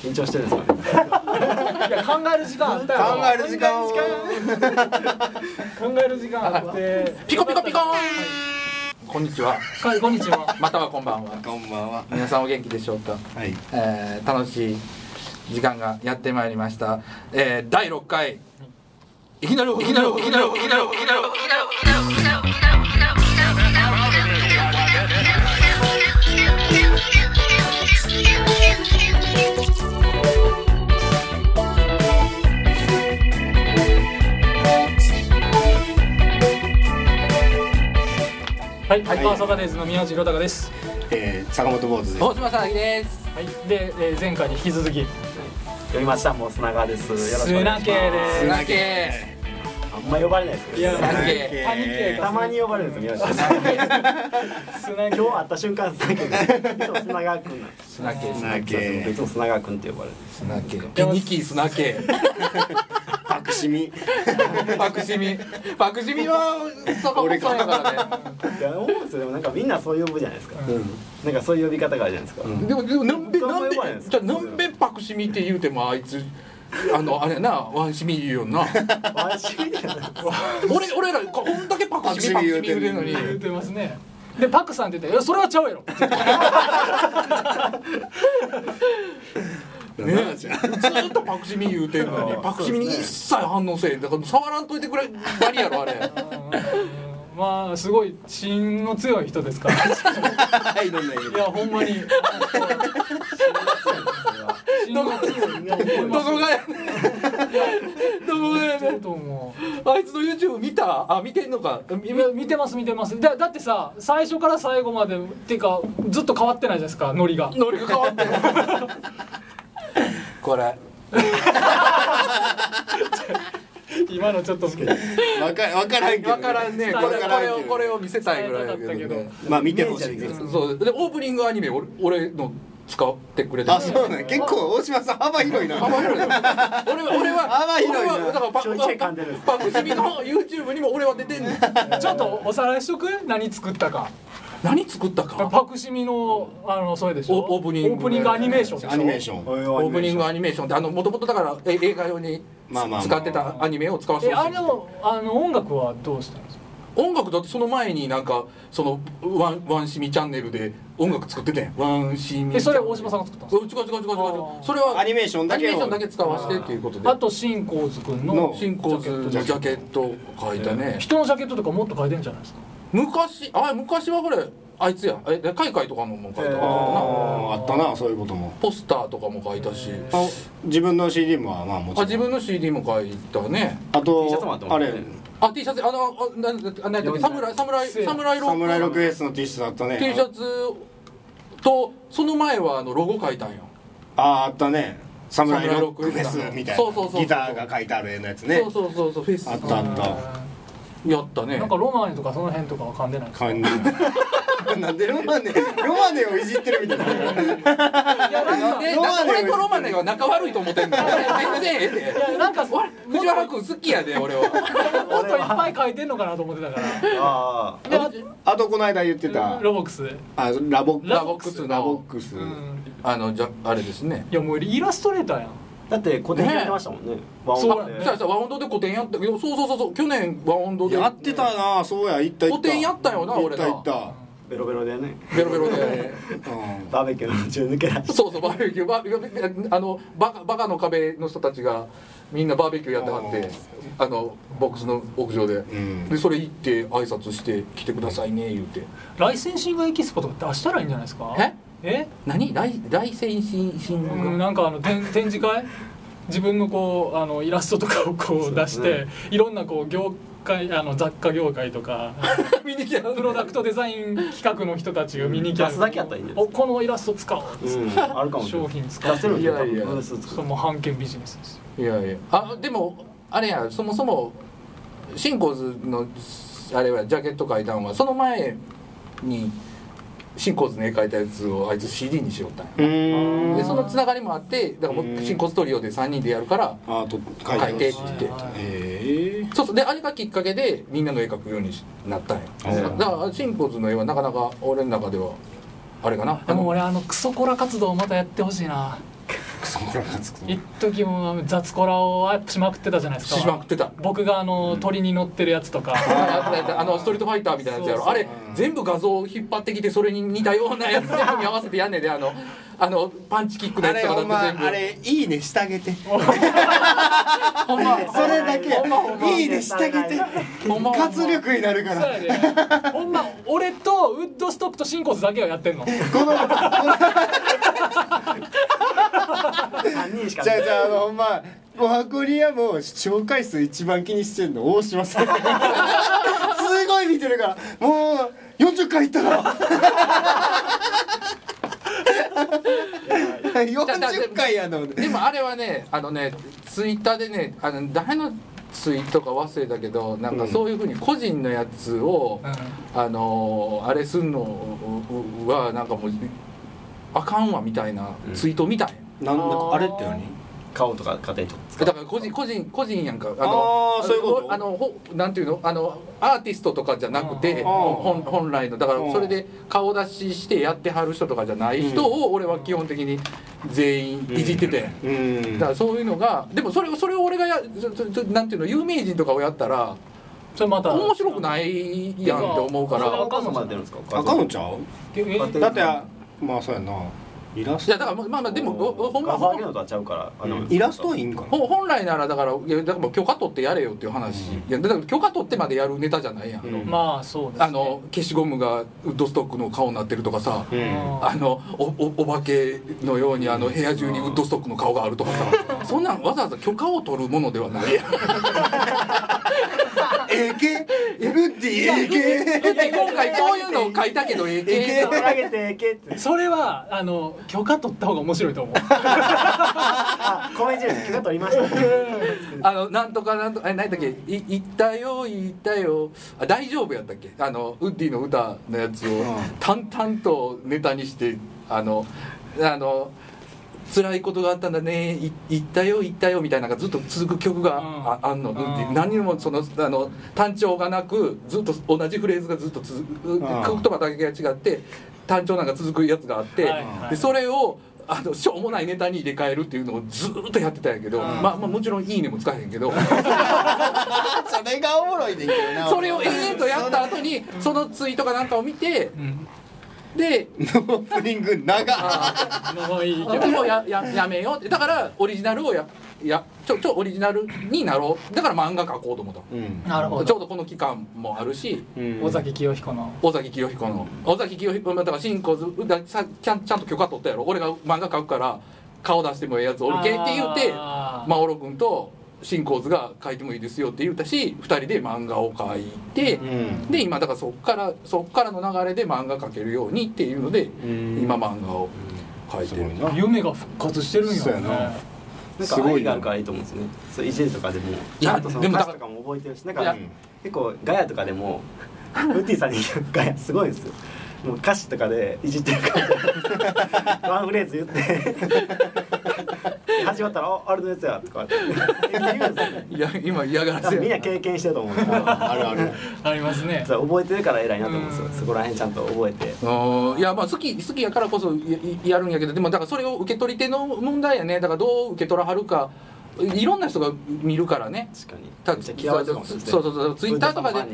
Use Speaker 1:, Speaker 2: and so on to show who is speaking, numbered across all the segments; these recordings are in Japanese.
Speaker 1: 緊張してるんですかね
Speaker 2: いや考える時間あったよ
Speaker 3: 考える時間を
Speaker 2: 考える時間あって
Speaker 4: ピコピコピコーンこんにちは
Speaker 2: ここんにちは
Speaker 4: またはこんばんは
Speaker 3: こんばんは。
Speaker 4: 皆さんお元気でしょうか、
Speaker 3: はい。
Speaker 4: えー楽しい時間がやってまいりました、えー第6回いきなりいきなりいきなりいきなりいきなり
Speaker 5: Thank you.
Speaker 2: はい、ハ
Speaker 3: い
Speaker 2: イパーサタデーズの宮地亮太です
Speaker 3: えー、坂本坊主です。
Speaker 4: 大島さなぎです
Speaker 2: はい、で、えー、前回に引き続き
Speaker 1: 呼びましたもう砂川ですよろしくお
Speaker 2: 砂
Speaker 1: 願い
Speaker 2: 系
Speaker 1: しま
Speaker 2: です
Speaker 4: なけ
Speaker 1: すあんま呼ばれないですけど
Speaker 2: いや
Speaker 4: 砂系
Speaker 2: パニ系
Speaker 1: たまに呼ばれるんですよ宮下さん
Speaker 2: 砂系
Speaker 1: 今日会った瞬間砂川君いつも砂川君なんです
Speaker 4: すなけ
Speaker 3: 砂
Speaker 1: そうい
Speaker 3: 系
Speaker 1: つも砂川君って呼ばれる
Speaker 4: すなけピニキすなけ
Speaker 3: パクシミ。
Speaker 4: パクシミパクシミは坂本さんやからね
Speaker 1: いや思うんですよでもなんかみんなそう呼ぶじゃないですか、
Speaker 3: うん。
Speaker 1: なんかそういう呼び方があるじゃないですか、
Speaker 4: でもでもなんべ
Speaker 1: どう
Speaker 4: なん
Speaker 1: も
Speaker 4: べ
Speaker 1: 呼ばれないです
Speaker 4: じゃあなんべパクシミって言うてもあいつあのあれやなワンシミ言うよ な
Speaker 1: わしみたいな
Speaker 4: 俺俺らこんだけパク
Speaker 3: パ
Speaker 4: シミパク
Speaker 3: ク
Speaker 4: シ
Speaker 3: シ
Speaker 4: ミ
Speaker 3: ミ
Speaker 4: 言
Speaker 3: 言
Speaker 4: う
Speaker 3: うて
Speaker 4: てん
Speaker 3: ん
Speaker 4: の
Speaker 3: の
Speaker 4: に
Speaker 3: に
Speaker 2: 言ってますねでパクさんって言ったら「いやそれはちゃうやろ」
Speaker 3: ねじゃあ。
Speaker 4: ずーっとパクシミ言うてんのにパクシミに一切反応せえへんだから触らんといてくれバリやろあれ
Speaker 2: まあすごい芯の 強い人ですから
Speaker 3: はい、どんな意味
Speaker 2: いやほんま に芯の強いいやほん
Speaker 4: ど
Speaker 2: ま
Speaker 4: こがやねんどこがやね
Speaker 2: そうんと思う
Speaker 4: あいつの YouTube 見たあ見てんのかみ
Speaker 2: いや見てます見てますだだってさ最初から最後までっていうかずっと変わってないじゃないですかノリが
Speaker 4: ノリが変わってんのこれ
Speaker 2: 今のちょっと見て
Speaker 3: わかわからんけど。
Speaker 4: 分からんねこれ
Speaker 3: わ
Speaker 4: こ
Speaker 3: からん
Speaker 4: れを
Speaker 3: けど
Speaker 4: これを見せたいぐらいだ
Speaker 2: 伝
Speaker 4: け
Speaker 2: え
Speaker 4: ど
Speaker 2: たかっ
Speaker 4: ね
Speaker 3: まあ見てほしいけ
Speaker 1: イメージだけ
Speaker 3: ど。
Speaker 4: そうでオープニングアニメ俺俺の使ってくれた
Speaker 3: あ、そうなん。結構大島さん幅広いな。
Speaker 4: 幅広いよ俺は俺は
Speaker 3: 幅広いな
Speaker 4: 俺はだからパ
Speaker 1: ちょいちょい噛んでるんです
Speaker 4: パクシミの YouTube にも俺は出てんねん
Speaker 2: ちょっとおさらいしとく何作ったか
Speaker 4: 何作ったか
Speaker 2: パクシミのあのそれでしょ
Speaker 4: オオープニング
Speaker 2: オープニングアニメーションでしょ
Speaker 3: アニメーション。
Speaker 4: オープニングアニメーションってあのもともとだからえ映画用に
Speaker 3: まあまあまあ
Speaker 4: 使ってたアニメを使わせて
Speaker 2: えあれ
Speaker 4: ほしい
Speaker 2: をあの音楽はどうしたんですか
Speaker 4: 音楽だってその前になんかそのワンワンシミチャンネルで音楽作っててワンシミ
Speaker 2: えそれ大島さんが作ったんです
Speaker 4: 違う違う違う違う違う
Speaker 2: あー
Speaker 4: それは
Speaker 3: アニメーションだけを
Speaker 4: アニメーションだけ使わせてっていうことで
Speaker 2: かあと新光津君の
Speaker 3: の
Speaker 4: 新興図のジャケットを書いたね、
Speaker 2: 人のジャケットとかもっと変えてんじゃないですか
Speaker 4: 昔あ昔はこれあいつやえ海外とかのも書いたから
Speaker 3: あ
Speaker 4: な、
Speaker 3: あ、あったな、そういうことも。
Speaker 4: ポスターとかも書いたし、
Speaker 3: あ自分の CD もまあもちろん。
Speaker 4: あ自分の CD も書いたね
Speaker 3: あ
Speaker 1: T シャツもあった
Speaker 3: と
Speaker 1: も
Speaker 3: あ
Speaker 1: んね
Speaker 3: れ
Speaker 4: あ T シャツあのあなんだっけあなんだっけサムライサムライサムライロ
Speaker 3: サムライロック
Speaker 4: ッ
Speaker 3: エースの T シャツあったね
Speaker 4: ク T シャツとその前はあのロゴ書いたんよ
Speaker 3: ああったねサムライロックフェス
Speaker 4: サムライロックフェス
Speaker 3: みたいな
Speaker 4: そうそうそうそう
Speaker 3: ギターが書いてある絵のやつね
Speaker 4: そうそうそうそうフェス
Speaker 3: あったあった
Speaker 4: やったね
Speaker 2: なんかロマンとかその辺とかは噛んでないんですか
Speaker 3: 感じなんでロマネロマネをいじってるみたいな
Speaker 4: で
Speaker 3: ロマネ
Speaker 4: なんか俺とロマネが仲悪いと思ってんの全然ええ
Speaker 2: いや
Speaker 4: で
Speaker 2: なんか
Speaker 4: 俺藤原君好きやで俺は
Speaker 2: もっといっぱい書いてんのかなと思ってたから
Speaker 1: あ
Speaker 2: であ
Speaker 3: あとこの間言ってた
Speaker 2: ロボックス、
Speaker 3: あラボ
Speaker 4: ラボックス
Speaker 3: ラボッ
Speaker 4: の
Speaker 3: クス
Speaker 2: うん
Speaker 4: あのじゃあれですね
Speaker 2: いやもうイラストレーターやん
Speaker 1: ーだって古典やってましたもんね和
Speaker 2: そう
Speaker 1: 音
Speaker 2: だ
Speaker 1: で
Speaker 2: ね
Speaker 4: じゃあさ和音堂で個展やったけどそうそうそうそう去年和音堂で
Speaker 3: やってたなそうや行った行った
Speaker 4: 個展やったよな俺な
Speaker 3: 行った行っ
Speaker 1: ベロベロでね
Speaker 4: ベロベロで。
Speaker 3: たうん
Speaker 1: バーベキューの中抜け出して
Speaker 4: そうそうバーベキューバーベキューあのバカバカの壁の人たちがみんなバーベキューやってはってあのボックスの屋上で、
Speaker 3: ん
Speaker 4: でそれ行って挨拶して来てくださいね言うて
Speaker 2: ライセンシングエキスポとか出したらいいんじゃないですか
Speaker 4: え
Speaker 2: え
Speaker 4: 何来来世新新
Speaker 2: うん、
Speaker 4: 聞
Speaker 2: なんかあの展展示 会自分のこうあのイラストとかをこう出し
Speaker 1: そう
Speaker 2: て、いろんなこう業界あの雑貨業界 とか
Speaker 4: 見に来た
Speaker 2: プロダクトデザイン企画の人たちが見に来
Speaker 1: 出すだけやったらいいんじゃない
Speaker 2: おこのイラスト使おうっつっ
Speaker 1: うんあるか
Speaker 2: て
Speaker 1: もしれな
Speaker 2: 商
Speaker 1: い
Speaker 2: 品使おう
Speaker 1: 出せるんですよ多
Speaker 4: いやいや
Speaker 1: 分ブース
Speaker 2: そ
Speaker 1: 作
Speaker 2: れ
Speaker 1: る
Speaker 2: も半券ビジネスですよ
Speaker 4: いやいやあでもあれやそもそも新コズのあれはジャケット描いたんはその前に新コズの絵描いたやつをあいつ CD にしよったんや
Speaker 3: うーん
Speaker 4: でそのつながりもあってだから僕
Speaker 3: うん
Speaker 4: 新コズトリオで3人でやるから
Speaker 3: あと書い
Speaker 4: 描いて
Speaker 3: て
Speaker 4: って言って
Speaker 2: はいはい
Speaker 3: ええ
Speaker 4: そうそうであれがきっかけでみんなの絵描くようになったんや
Speaker 3: あそう
Speaker 4: だから新コズの絵はなかなか俺の中ではあれかな
Speaker 2: でも俺あのクソコラ活動またやってほしいな
Speaker 3: クソコラムがつく
Speaker 2: 一時も雑コラをアップしまくってたじゃないです
Speaker 4: しまく
Speaker 2: か
Speaker 4: ってた
Speaker 2: 僕があの鳥に乗ってるやつとか
Speaker 4: あやったやったあのストリートファイターみたいなやつやろ
Speaker 2: そう
Speaker 4: あ
Speaker 2: そう
Speaker 4: れ全部画像を引っ張ってきてそれに似たようなやつ全部に合わせてやんねんであのあのパンチキックの
Speaker 3: あ
Speaker 4: やつ
Speaker 3: れ
Speaker 4: と
Speaker 3: ほん
Speaker 4: かだ
Speaker 3: ま
Speaker 4: って全部
Speaker 3: あれいいねしてあげて
Speaker 2: ほんま
Speaker 3: それだけ
Speaker 2: ほんまほんま
Speaker 3: いいねしてあげて
Speaker 4: ほんまほんま
Speaker 3: 活力になるか
Speaker 2: そう
Speaker 3: ら
Speaker 2: やでほんま俺とウッドストックとシンコースだけをやってんの
Speaker 3: このこの
Speaker 1: 三人しか
Speaker 3: じゃあじゃああのほんまおはこりやも視聴回数一番気にしてんの大島さんすごい見てるからもう40回いったら40回やの
Speaker 4: でもあれはねあのねツイッターでねあの誰のツイートか忘れたけどなんかそういうふうに個人のやつを、
Speaker 2: う
Speaker 4: あのーあれすんのはなんかもうあかんわみたいなツイート見たんや、
Speaker 3: なんだ
Speaker 2: あー
Speaker 3: あれって何
Speaker 1: 顔とか勝手にとっつか
Speaker 4: だから個人個人個人やんかあ
Speaker 3: あーそういうこと
Speaker 4: あのほなんていうのあのアーティストとかじゃなく
Speaker 2: う
Speaker 4: て
Speaker 2: ん
Speaker 4: 本本来のだから
Speaker 3: うん
Speaker 4: それで顔出ししてやってはる人とかじゃない人を俺は基本的に全員いじってて、
Speaker 3: うん
Speaker 4: だからそういうのがでもそれをそれを俺がやちょちょちょなんていうの有名人とかをやったら
Speaker 2: んそれまた
Speaker 4: 面白くないやんって思うか
Speaker 1: それは
Speaker 4: ら
Speaker 1: お母さんまで出るんですか
Speaker 3: あかんのちゃう
Speaker 2: ええ
Speaker 1: 勝手に
Speaker 3: だってあまあそうやなイラス
Speaker 4: い
Speaker 3: ト
Speaker 4: やだからまあまあでもおほんま
Speaker 1: 画像上げるのとはちゃうからあの
Speaker 3: イラストはいいんかな
Speaker 4: ほ本来ならだからいやだからもう許可取ってやれよっていう話、
Speaker 3: うん
Speaker 4: いやだから許可取ってまでやるネタじゃないやん、
Speaker 3: うん
Speaker 2: まあそうですね
Speaker 4: あの消しゴムがウッドストックの顔になってるとかさ、
Speaker 3: うん
Speaker 4: あのおおお化けのようにあの部屋中にウッドストックの顔があるとかさそんなんわざわざ許可を取るものではないやん
Speaker 3: AK ルッディ AK
Speaker 4: で今回こういうのを書いたけどええ
Speaker 1: ええ上げてけって
Speaker 2: それはあの許可取った方が面白いと思う
Speaker 1: あ米汁許可取りました
Speaker 4: あのなんとかなんとかえ何だっけ「い言ったよ言ったよ」あ「大丈夫」やったっけあのウッディの歌のやつを
Speaker 3: うん
Speaker 4: 淡々とネタにしてあのあの辛いことがあったんだねい言ったよ言ったよみたいなのがずっと続く曲が
Speaker 2: うん
Speaker 4: ああんの、ウッディ
Speaker 2: うん
Speaker 4: 何にもそのあの単調がなくずっと同じフレーズがずっと続く
Speaker 3: ん
Speaker 4: 言葉だけが違って単調なんか続くやつがあって、
Speaker 2: はいはい
Speaker 4: でそれをあのしょうもないネタに入れ替えるっていうのをずーっとやってたんやけど、
Speaker 2: うん
Speaker 4: まあ、まあもちろん「いいね」も使えへ んけど
Speaker 3: それがおもろいでいいけどな
Speaker 4: それを延々とやった後にそのツイートかなんかを見て
Speaker 2: うん
Speaker 4: で
Speaker 3: オープニング長
Speaker 4: あ
Speaker 2: まあいいけど
Speaker 4: ーもうやややめようってだからオリジナルをややちょちょオリジナルになろうだから漫画描こうと思った
Speaker 3: うん
Speaker 2: なるほ
Speaker 4: ちょ
Speaker 2: ど
Speaker 4: うどこの期間もあるし
Speaker 2: 尾崎清彦の
Speaker 4: 尾崎清彦の尾崎清彦だから新子ずださちゃんちゃんと許可取ったやろ俺が漫画描くから顔出してもええやつおるけって言うて
Speaker 2: あー
Speaker 4: マオロ君と新構図が書いてもいいですよって言ったし2人で漫画を書いて、
Speaker 3: うん
Speaker 4: で今だからそっからそっからの流れで漫画描けるようにっていうので、
Speaker 3: 今
Speaker 4: 今漫画を書いて
Speaker 3: すご
Speaker 4: る
Speaker 3: いな
Speaker 2: 夢が復活してるん
Speaker 3: そう
Speaker 2: や
Speaker 3: や
Speaker 2: ね
Speaker 3: な
Speaker 1: なんか愛があるからいいと思うんですねそういじりとかでも
Speaker 4: いや
Speaker 1: ちゃんとその
Speaker 4: でもだ
Speaker 1: 歌詞
Speaker 4: か
Speaker 1: と
Speaker 4: ら
Speaker 1: かも覚えてるしなん
Speaker 4: い
Speaker 1: か
Speaker 4: や
Speaker 1: 結構ガヤとかでもウッディさんにガヤすごいですよもう歌詞とかでいじってるからワンフレーズ言って始まったら「ああれのやつや」とかって言うんですよね
Speaker 4: いや今嫌がら
Speaker 1: 多
Speaker 4: せ
Speaker 1: 分みんな経験してると思うんですよ
Speaker 3: あるある
Speaker 2: ありますね
Speaker 1: そう覚えてるから偉いなと思うんです
Speaker 2: う
Speaker 1: よ
Speaker 2: ん
Speaker 1: そこら辺ちゃんと覚えて
Speaker 4: うんいやまあ好き好きやからこそややるんやけどでもだからそれを受け取り手の問題やねだからどう受け取らはるかいろんな人が見るからね
Speaker 1: 確かに
Speaker 4: た
Speaker 1: めっちゃ嫌われてるかもしれない
Speaker 4: そうそうそうツイッターとかで
Speaker 1: ウッ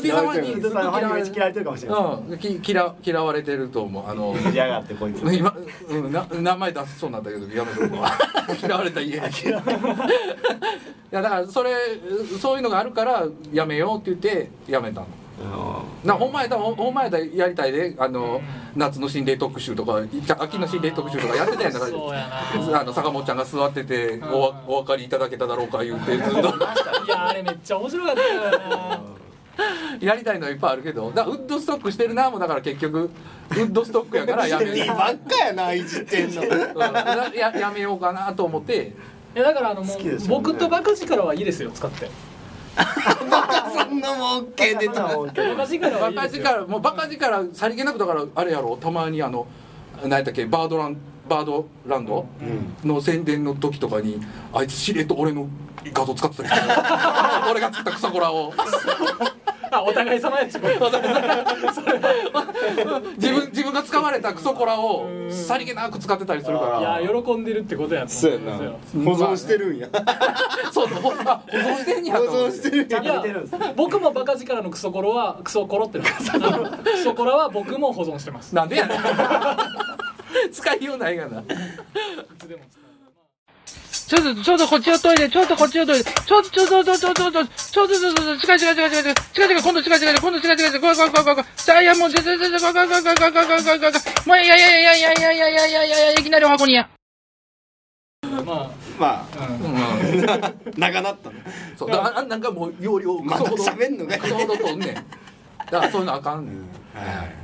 Speaker 1: ディさんの
Speaker 4: ウッディ様
Speaker 1: ファ
Speaker 4: に
Speaker 1: ンにウッディさんのファンにめっちゃ嫌われてるかもしれない
Speaker 4: うん、き嫌わ嫌われてると思うあの
Speaker 1: いじりやがってこいつ
Speaker 4: 今、うん、な名前出しそうなんだけどやめとこう 嫌われた家いやだからそれそういうのがあるからやめようって言ってやめたの
Speaker 1: あの
Speaker 4: なほんまやったほんほんまやったらやりたいであの夏の心霊特集とかいた秋の心霊特集とかやってたやんだか
Speaker 2: そうや
Speaker 4: ら
Speaker 2: な
Speaker 4: あの坂本ちゃんが座ってて
Speaker 2: ん
Speaker 4: おわお分かりいただけただろうか言うてずっと
Speaker 2: いやあれめっちゃ面白かったよな
Speaker 4: やりたいのいっぱいあるけどだからウッドストックしてるなもうだから結局ウッドストックやからやめよう
Speaker 3: いばっかやないじってんの
Speaker 4: うんや やめようかなと思って
Speaker 2: えだからあのもう
Speaker 1: 好きですよね
Speaker 2: 僕とバカ力はいいですよ使って
Speaker 3: そんなもん OK 出た
Speaker 1: そんなもん OK
Speaker 2: バカ力は
Speaker 4: バ
Speaker 2: いいです
Speaker 4: カ
Speaker 2: よ
Speaker 4: 力もうバカ力さりげなくだからあれやろたまにあの何やったっけバードランバードランド
Speaker 3: うん
Speaker 4: の宣伝の時とかにあいつしれっと俺の画像使ってたり俺が作った草コラを
Speaker 2: あお互い様やっちゃう
Speaker 4: 自分自分が使われたクソコラをさりげなく使ってたりする
Speaker 2: いや
Speaker 4: か
Speaker 2: 喜んでるってことやと
Speaker 3: そう
Speaker 2: 思
Speaker 3: や
Speaker 2: うんで
Speaker 3: な
Speaker 2: すよ
Speaker 3: 保存してるんや保
Speaker 4: らそうそうほあ保存してんやと思
Speaker 3: 存
Speaker 4: っ
Speaker 3: して
Speaker 4: て
Speaker 3: るん
Speaker 1: ちゃ
Speaker 3: や
Speaker 1: んと見てるんですね
Speaker 2: 僕もバカ力のクソコロはクソコロってなるあのクソコラは僕も保存して ます
Speaker 4: なんでやねん使いようないがない
Speaker 2: つでも使う
Speaker 5: ちょっと、ちょっとこっちのトイレ、ちょっとこっちのトイレ、ちょっと、ちょっと、ちょっと、ちょっと、ちょっと、ちょっと、近い近い近い近い近い近い、今度近い近い、今度近い近い、怖い怖い怖い怖い怖い、ダイヤモンド、怖い怖い怖い怖い怖い怖い怖い怖い怖い怖いもういやいやいやいやいやいやいやいやいやいやいきなりお箱にや。
Speaker 2: ま
Speaker 3: ま
Speaker 2: あ、うん
Speaker 4: うん
Speaker 3: あ長なったの
Speaker 4: そうだからあなんかもう容量ク
Speaker 3: ま
Speaker 4: ソ
Speaker 3: た
Speaker 4: ほど
Speaker 3: 喋んのかい
Speaker 4: クソほどとんねんだからそういうのあかんねん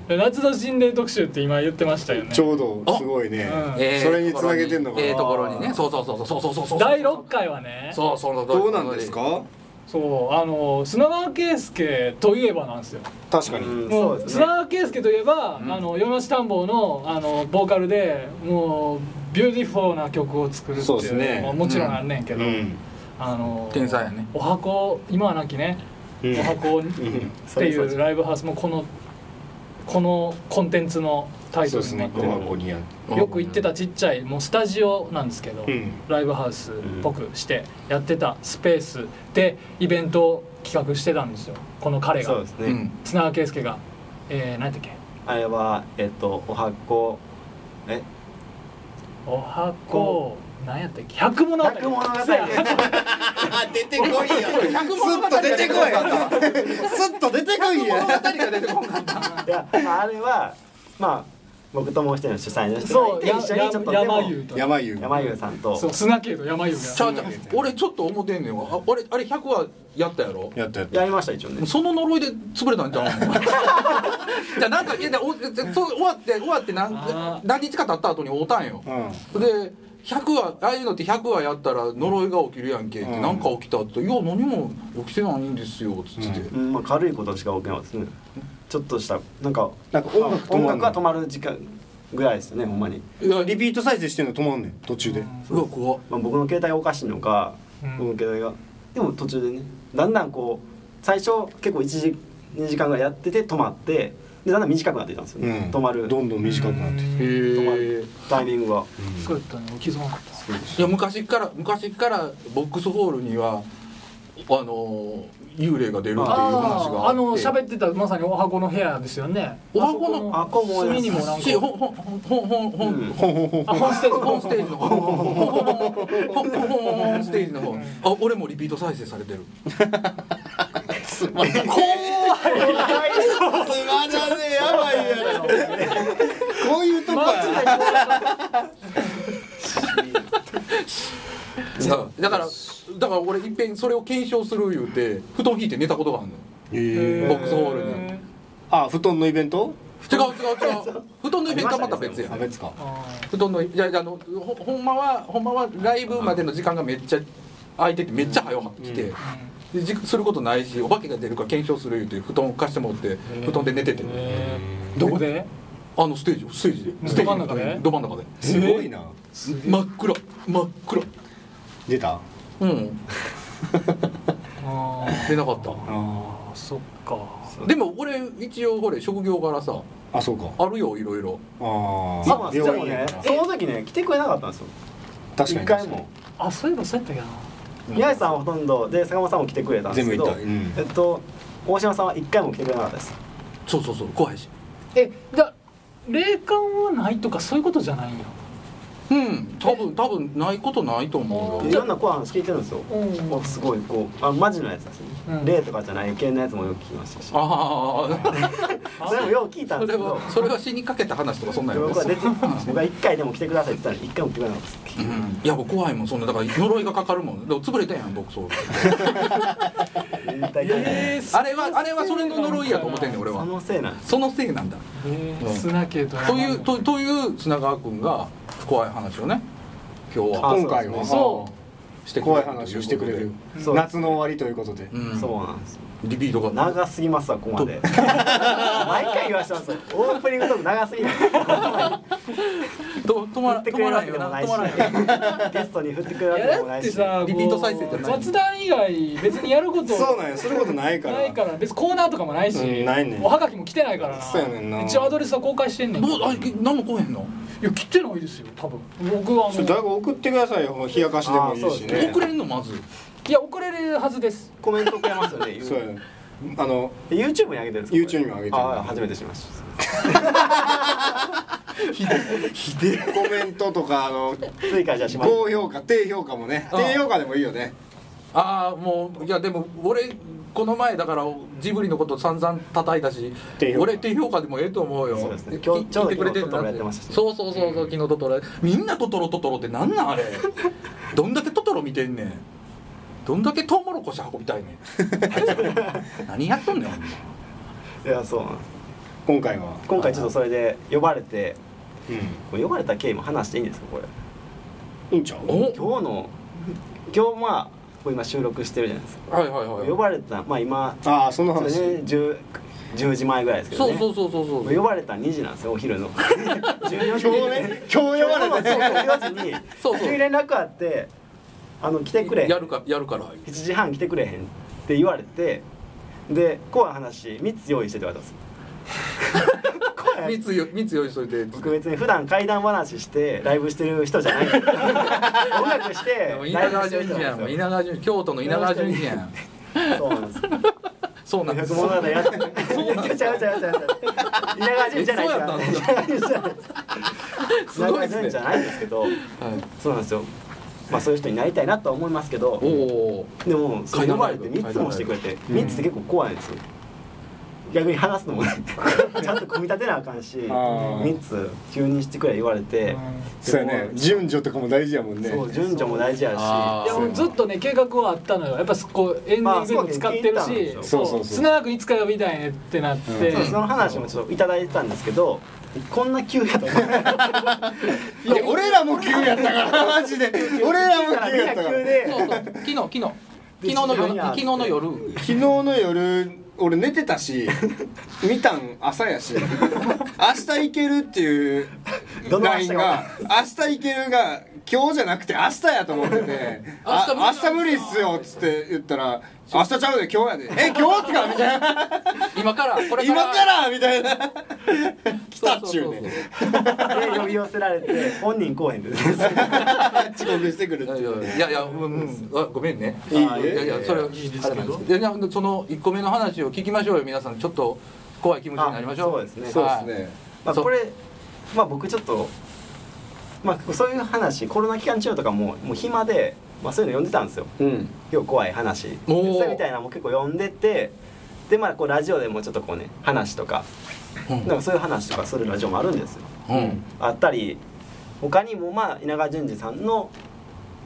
Speaker 2: で夏の心霊特集って今言ってましたよね
Speaker 3: ちょうどすごいね
Speaker 2: あうん
Speaker 4: ええ
Speaker 3: それにつなげてんのか
Speaker 4: ええ
Speaker 3: な
Speaker 4: ところにねそうそうそうそうそうそうそう
Speaker 2: 第6回はねそう
Speaker 4: そうそうそう
Speaker 3: どうなんですか
Speaker 2: あの砂川圭介といえばなんですよ
Speaker 3: 確か
Speaker 1: うん
Speaker 3: に
Speaker 2: も
Speaker 1: そう
Speaker 2: う
Speaker 1: です
Speaker 2: 砂
Speaker 1: ね
Speaker 2: 川圭介といえば、あの山下探訪のあのボーカルでもうビューティフォーな曲を作るっていう
Speaker 3: そうですね
Speaker 2: まあもちろんあんねんけ
Speaker 3: う
Speaker 2: ど、
Speaker 3: ん
Speaker 2: あの
Speaker 4: 天才やね
Speaker 2: お箱今はなきね、
Speaker 3: うん
Speaker 2: お箱っ
Speaker 3: うん
Speaker 1: そ
Speaker 2: て
Speaker 1: れ
Speaker 2: い
Speaker 1: それ
Speaker 2: うライブハウスもこのこのコンテンツのタイト
Speaker 3: そうで
Speaker 2: ル
Speaker 3: す
Speaker 2: にな
Speaker 3: ね
Speaker 2: ってる、
Speaker 3: お箱にや
Speaker 2: よく行ってたちっちゃいもうスタジオなんですけど、
Speaker 3: うん
Speaker 2: ライブハウスっぽくしてやってたスペースでイベントを企画してたんですよこの彼
Speaker 1: そう
Speaker 2: が
Speaker 1: です
Speaker 4: う
Speaker 1: ね、
Speaker 4: ん
Speaker 2: 砂川圭介が、えー、何だっけ
Speaker 1: あれはえっとお箱え
Speaker 2: お箱何やったっけ百物語
Speaker 1: 百物語
Speaker 2: そうや
Speaker 3: あ出てこいよ
Speaker 4: 物
Speaker 3: す
Speaker 4: 語
Speaker 3: っと出てこいよすっと出てこいよ
Speaker 1: いやまああれはまあ僕ともう一人の主催の
Speaker 2: そ
Speaker 1: 人が
Speaker 2: う
Speaker 1: いて一緒にちょっとで
Speaker 2: 山
Speaker 1: も
Speaker 2: 優と
Speaker 3: 山湯
Speaker 1: 山優さんと
Speaker 2: そう砂圭と山優が
Speaker 4: ちゃうちゃう俺ちょっと思ってんねんわあ俺あれ100はやったやろ
Speaker 3: やったやった
Speaker 1: やりました一応ね
Speaker 4: その呪いで潰れたんちゃうのじゃあなんかいやでおでそう終わって終わって
Speaker 2: あ
Speaker 4: 何
Speaker 2: ー
Speaker 4: 何日か経った後に会うたんよ
Speaker 3: うん
Speaker 4: で100話ああいうのって100話やったら呪いが起きるやんけって、
Speaker 3: うん
Speaker 4: なんか起きたって「いや何も起きてないんですよ」つって、
Speaker 3: う
Speaker 1: うんまあ軽いことしか起きなかったですねちょっとしたなんか
Speaker 3: なんか音楽止まんの
Speaker 1: 音楽が止まる時間ぐらいですよねほんまに、
Speaker 3: いやリピート再生してんの止まんねん途中で
Speaker 4: うわ怖っ
Speaker 1: まあ、僕の携帯がおかしいのか、
Speaker 2: うん
Speaker 1: 僕の携帯がでも途中でねだんだんこう最初結構1時2時間ぐらいやってて止まってでだんだん短くなっていったんですよ
Speaker 3: う
Speaker 1: ね、
Speaker 3: ん
Speaker 1: 止まる
Speaker 3: どんどん短くなって
Speaker 4: へえ
Speaker 1: タイミングが
Speaker 2: そうやったね気づかなかった
Speaker 4: いや昔から昔からボックスホールにはあのー幽霊が出るっていう話が
Speaker 2: あ
Speaker 4: あ
Speaker 2: あの
Speaker 4: って
Speaker 2: 喋ってたまさにお箱の部屋ですよね
Speaker 4: お箱の
Speaker 1: あこう思い
Speaker 2: 隅
Speaker 1: 出
Speaker 2: に
Speaker 1: し
Speaker 2: も
Speaker 1: た
Speaker 2: なんか
Speaker 4: しほんほんほんほん
Speaker 1: うん
Speaker 3: ほん
Speaker 4: ほん
Speaker 3: ほんほん
Speaker 2: あホームステージ
Speaker 4: ホームステージの方ホームステージの方あ俺もリピート再生されてる
Speaker 3: つまらねえやばいやろこういうとこや
Speaker 4: そうだからだから俺いっぺんそれを検証する言うて布団引いて寝たことがあるのよ
Speaker 3: え
Speaker 4: ボックスホールに
Speaker 3: あ布団のイベント
Speaker 4: 違う違う違う布団のイベントはまた別や
Speaker 3: 差別か
Speaker 4: 布団のいやいやあのほほんまはほんまはライブまでの時間がめっちゃ空いててめっちゃ早く来て、でじすることないしお化けが出るか検証する言うて布団貸してもらって布団で寝てて、
Speaker 2: えーどこで
Speaker 4: あのステージステージで
Speaker 2: ん
Speaker 4: ステージ
Speaker 2: ど
Speaker 4: の
Speaker 2: 真ん中で
Speaker 4: ど真ん中です
Speaker 3: ごいな
Speaker 4: 真っ暗真っ暗
Speaker 3: 出た
Speaker 4: うん
Speaker 2: あ
Speaker 4: 出なかった
Speaker 3: あ
Speaker 2: あそっか
Speaker 4: でも俺一応ほれ職業柄さ
Speaker 3: あそうか
Speaker 4: あるよいろいろ
Speaker 3: あ
Speaker 1: そうなん
Speaker 3: あ
Speaker 1: ですでも
Speaker 3: や
Speaker 1: ね
Speaker 3: から
Speaker 1: その時ね来てくれなかったんですよ
Speaker 3: 確か
Speaker 1: 一
Speaker 3: に
Speaker 1: 回も
Speaker 2: あそういえばそうやったっけな
Speaker 1: 宮治さんはほとんどで坂本さんも来てくれたんですけど
Speaker 3: 全部行った
Speaker 1: え
Speaker 3: う
Speaker 1: っと大島さんは一回も来てくれなかったです
Speaker 4: そうそうそう怖いし
Speaker 2: えだ霊感はないとかそういうことじゃないよ
Speaker 4: うん多分多分ないことないと思う
Speaker 1: い
Speaker 4: よ
Speaker 1: ろんなコアの話聞いてるんですよ
Speaker 2: うん
Speaker 1: もうすごいこうあマジのやつですね、
Speaker 2: うん
Speaker 1: 例とかじゃない系のやつもよく聞きましたし
Speaker 4: あ
Speaker 1: それもよう聞いた
Speaker 4: あ
Speaker 1: んですけ
Speaker 4: それ
Speaker 1: ど
Speaker 4: はそれは死にかけた話とかそんなんやろ
Speaker 1: 僕は出て僕は一回でも来てくださいって言ったら一回も来てくれなかったです
Speaker 4: うんいや僕怖いもんそんなだから呪いがかかるもんでも潰れたやん僕そう
Speaker 1: 全体的に
Speaker 2: え
Speaker 4: あれはあれはそれの呪いやと思ってんねん俺
Speaker 1: そ
Speaker 4: は
Speaker 1: のせいなんです
Speaker 4: そのせいなんだ
Speaker 2: えー砂系と
Speaker 4: というとという砂川君が怖い話をね今日は
Speaker 1: あ
Speaker 3: 今回
Speaker 1: そう
Speaker 3: は
Speaker 2: そ
Speaker 4: してくれ
Speaker 3: 怖
Speaker 4: る
Speaker 3: い話をしてくれる
Speaker 1: そう
Speaker 3: 夏の終わりということで
Speaker 4: うん
Speaker 1: そうなんですよ
Speaker 4: リピートが
Speaker 1: 長すぎますわここまで毎回言わしたんですよオープニングトーク長すぎる
Speaker 4: と止ま
Speaker 1: 振っ
Speaker 4: ら
Speaker 1: て
Speaker 4: 止
Speaker 1: くれ
Speaker 4: ま
Speaker 1: るわ
Speaker 4: らん
Speaker 1: け
Speaker 4: よ
Speaker 1: でも
Speaker 4: な
Speaker 1: ない
Speaker 4: 止
Speaker 1: し
Speaker 4: まらんよな
Speaker 1: ゲストに振ってくれるわ
Speaker 2: い
Speaker 1: け
Speaker 2: や
Speaker 1: で
Speaker 2: だ
Speaker 1: もな
Speaker 2: っ
Speaker 1: い
Speaker 2: て
Speaker 1: し
Speaker 2: さ
Speaker 4: リピート再生じゃない
Speaker 2: こう雑談以外別にやること
Speaker 3: そうなんやすることないから
Speaker 2: ないから別にコーナーとかもないし、
Speaker 3: うんないねん
Speaker 2: おはがきも来てないからな
Speaker 3: そうやねんな
Speaker 2: 一応アドレスは公開してんねんけ
Speaker 4: どう
Speaker 2: ど
Speaker 4: あ
Speaker 2: い
Speaker 4: え何も来へんの
Speaker 2: や来てないですよ多分僕はも
Speaker 3: ちょっとだいうぶ送ってくださいよ冷やかしでもいいし
Speaker 1: あー
Speaker 3: ね
Speaker 4: 遅れるのまず
Speaker 2: いや遅れるはずです
Speaker 1: コメントくれますよね
Speaker 3: そうやねあの
Speaker 1: YouTube に上げてるんですか
Speaker 3: YouTube にも上げ
Speaker 1: る
Speaker 3: てる
Speaker 1: あ初めて知りました
Speaker 3: コメントとかあの
Speaker 1: 追加じゃあします
Speaker 3: 高評価低評価もね
Speaker 4: あー
Speaker 3: 低評価でもいいよね
Speaker 4: ああもういやでも俺この前だからジブリのこと散々叩いたし
Speaker 3: 低評価
Speaker 4: 俺低評価でもええと思うよ
Speaker 1: そうですね
Speaker 4: き
Speaker 1: 今日ちょうど
Speaker 4: 聞いてくれてる
Speaker 1: 昨日トトロ
Speaker 4: な
Speaker 1: やっ
Speaker 4: っ
Speaker 1: ててましたし
Speaker 4: そうそうそうそう昨日トトロみんなトトロトトロってなんなん あれどんだけトトロ見てんねんどんだけトウモロコシ運びたいね ん何やっとんねんほんま
Speaker 1: いやそうなんです
Speaker 3: 今回は
Speaker 1: 今回ちょっとそれで呼ばれて
Speaker 3: うん
Speaker 1: これ呼ばれた経緯も話していいんですかこれ
Speaker 3: いいんちゃう
Speaker 4: お
Speaker 1: 今日の今日まあこう今収録してるじゃないですか
Speaker 4: はいはいはい
Speaker 1: 呼ばれたまあ今
Speaker 3: ああその
Speaker 1: そうね
Speaker 3: 話
Speaker 1: 10, 10時前ぐらいですけど
Speaker 4: そ
Speaker 1: ね
Speaker 4: うそうそうそうそう
Speaker 1: 呼ばれた2時なんですよお 昼の14時
Speaker 3: 今日
Speaker 1: に
Speaker 3: ね今日呼ばれて
Speaker 1: 14時に
Speaker 4: そうそう
Speaker 1: 急に連絡あって「あの来てくれ
Speaker 4: やるかやるからはい
Speaker 1: 7時半来てくれへん」って言われてで怖い話3つ用意してて言われたん ですよ怖い
Speaker 4: 密よ密用意しといて
Speaker 1: 僕別に普段怪談話してライブしてる人じゃない音楽して
Speaker 4: でも
Speaker 1: ラ
Speaker 4: 稲
Speaker 1: イブ
Speaker 4: 川
Speaker 1: してる人
Speaker 4: 淳二
Speaker 1: な
Speaker 4: やん
Speaker 1: ん
Speaker 4: もう
Speaker 1: です
Speaker 4: 稲川淳二京都の稲川淳二や ん
Speaker 1: よそうなんですよ
Speaker 4: そうなんです
Speaker 1: 百物語やってちゃうちゃうちゃうちゃう稲川淳じゃないから
Speaker 4: え
Speaker 1: 稲川
Speaker 4: そう
Speaker 1: 淳じゃない
Speaker 4: すごい
Speaker 1: 稲川
Speaker 4: で
Speaker 1: 淳
Speaker 4: す
Speaker 1: じゃ
Speaker 4: ね
Speaker 1: ないんですけど
Speaker 4: はい
Speaker 1: そうなんですよまあそういう人になりたいなとは思いますけど
Speaker 4: おお
Speaker 1: でもそれ呼ばれて
Speaker 4: 階段ライブ
Speaker 1: 3つもしてくれて3つって結構怖いんですよ逆に話すの もねちゃんと組み立てなあかんし
Speaker 3: あー
Speaker 1: 3つ急にしてくれ言われて
Speaker 3: そうやね順序とかも大事やもんね
Speaker 1: そう順序も大事やし
Speaker 4: あ
Speaker 2: いやもうずっとね計画はあったのよやっぱそこエンディングにも使ってる
Speaker 1: まあそう
Speaker 2: し
Speaker 1: ね
Speaker 3: そうそうそう
Speaker 2: 砂川君いつか呼びたいねってなって、
Speaker 1: そうその話もちょっといただいてたんですけどこんな急やと思って
Speaker 3: いや俺らも急やったから マジで 俺らも急やったから
Speaker 1: で
Speaker 4: そうそう昨日昨日昨日の夜
Speaker 1: で
Speaker 4: 昨日の夜
Speaker 3: 昨日の夜俺寝てたし見たん朝やし明日行けるっていう
Speaker 1: どの明
Speaker 3: LINE
Speaker 1: 日
Speaker 3: が
Speaker 1: が
Speaker 3: 明日行けるが今日じゃなくて明日やと思 っててあ明日無理っすよっつって言ったら明日ちゃうで今日やでえ今日っすかみたいな
Speaker 4: 今からこれか
Speaker 3: 今
Speaker 4: ら
Speaker 3: からみたいな来たっちゅう
Speaker 4: そう
Speaker 3: ね
Speaker 1: で呼び寄せられて本人来おへんで
Speaker 3: 遅刻してくるって
Speaker 4: そう
Speaker 3: いう
Speaker 4: そういやいやうんうんあごめんね
Speaker 3: いい
Speaker 4: あいやいやそれはいいですけどいやいやその1個目の話を聞きましょうよ皆さんちょっと怖い気持ちになりましょう
Speaker 1: あそうですね
Speaker 3: そう
Speaker 4: はい
Speaker 3: ですね
Speaker 1: まあこれまあ僕ちょっとまあそういう話コロナ期間中とかももう暇で、まあ、そういうの読んでたんですよ
Speaker 3: うん
Speaker 1: 今日怖い話で
Speaker 4: おー
Speaker 1: それみたいなのも結構読んでてでまあこうラジオでもちょっとこうね話とか
Speaker 4: うん
Speaker 1: なんかそういう話とかするラジオもあるんですよ
Speaker 4: うん
Speaker 1: あったり他にもまあ稲川淳二さんの、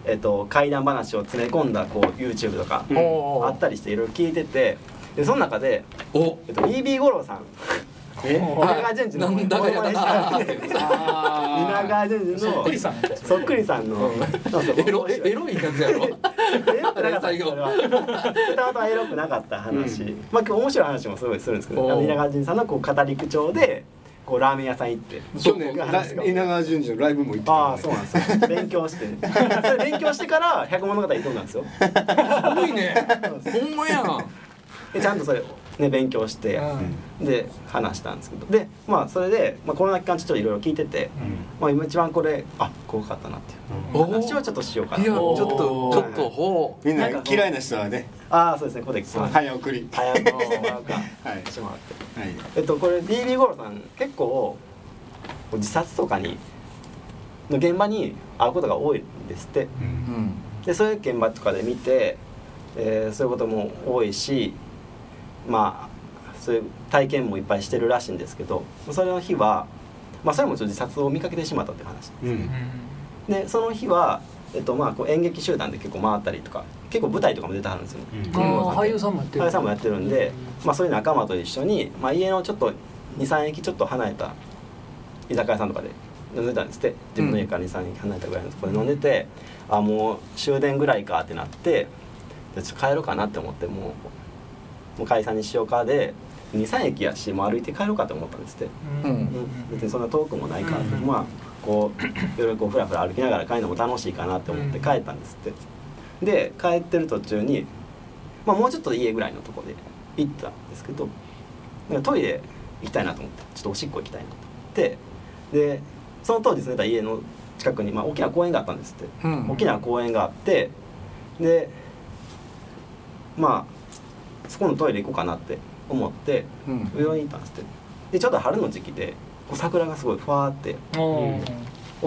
Speaker 1: えっと怪談話を詰め込んだこう YouTube とか
Speaker 3: うん
Speaker 4: おー
Speaker 1: あったりしていろいろ聞いててでその中で、
Speaker 4: お
Speaker 1: えっと、EB 五郎さん
Speaker 3: え
Speaker 1: 稲川淳二の
Speaker 4: なんだかやだなーって
Speaker 1: 稲
Speaker 3: あ
Speaker 1: 川淳二の
Speaker 2: そっくりさん
Speaker 1: そっくりさんのそうそう
Speaker 4: エロえエロいやつやろ
Speaker 1: エロくなかったですそれはたまたまエロくなかった話、
Speaker 3: うん
Speaker 1: まあ今日面白い話もすごいするんですけ
Speaker 4: おう
Speaker 1: どあの稲川淳二さんのこう語り口調でこうラーメン屋さん行って
Speaker 3: ー去年ラ稲川淳二のライブも行ってた
Speaker 1: あ
Speaker 3: もん
Speaker 1: あ
Speaker 3: ね
Speaker 1: そうなんですよ勉強して それ勉強してから百物語挑んだんですよ
Speaker 4: すごいねほんまやん
Speaker 1: でちゃんとそれをね勉強して、で話したんですけどでまあそれで、まあ、コロナ期間中ちょっといろいろ聞いてて、まあ今一番これあ怖かったなっていう
Speaker 4: お
Speaker 1: 話を
Speaker 4: ー
Speaker 1: ちょっとしようか
Speaker 4: い
Speaker 1: な
Speaker 4: やちょ
Speaker 1: と
Speaker 4: っとちょっとほう
Speaker 3: みんな嫌いな人はね
Speaker 1: ああそうですねここでこう
Speaker 3: 早送り
Speaker 1: 早くもらうか
Speaker 3: はい
Speaker 1: してもらって
Speaker 3: はい
Speaker 1: えっとこれ BB 五郎さん結構自殺とかにの現場に会うことが多いんですって
Speaker 4: うん
Speaker 1: でそういう現場とかで見て、えーそういうことも多いしまあそういう体験もいっぱいしてるらしいんですけどそれの日は、まあ、それもちょっと自殺を見かけてしまったっていう話
Speaker 3: うん
Speaker 1: でその日は、えっとまあ、こう演劇集団で結構回ったりとか結構舞台とかも出てはるんですよね
Speaker 2: あー俳優さんもやってる
Speaker 1: さんもやってるんで、まあ、そういう仲間と一緒に、まあ、家のちょっと23駅ちょっと離れた居酒屋さんとかで飲んでたんですって自分の家から23離れたぐらいのところで飲んでて、あもう終電ぐらいかってなってでちょっと帰ろうかなって思ってもうもう解散にしようかで23駅やしもう歩いて帰ろうかと思ったんですって、
Speaker 4: うん
Speaker 1: うん別にそんな遠くもないから、
Speaker 2: うん
Speaker 1: まあこういろいろこうふらふら歩きながら帰るのも楽しいかなって思って
Speaker 2: うん
Speaker 1: 帰ったんですってで帰ってる途中に、まあ、もうちょっと家ぐらいのとこで行ったんですけどなんかトイレ行きたいなと思ってちょっとおしっこ行きたいなと思ってでその当時住んでた家の近くに、まあ、大きな公園があったんですって、
Speaker 4: うん
Speaker 1: 大きな公園があってでまあそこのトイレ行こうかなって思って
Speaker 4: うん
Speaker 1: 上野に行ったんですってでちょうど春の時期でこう桜がすごいふわーって
Speaker 2: うん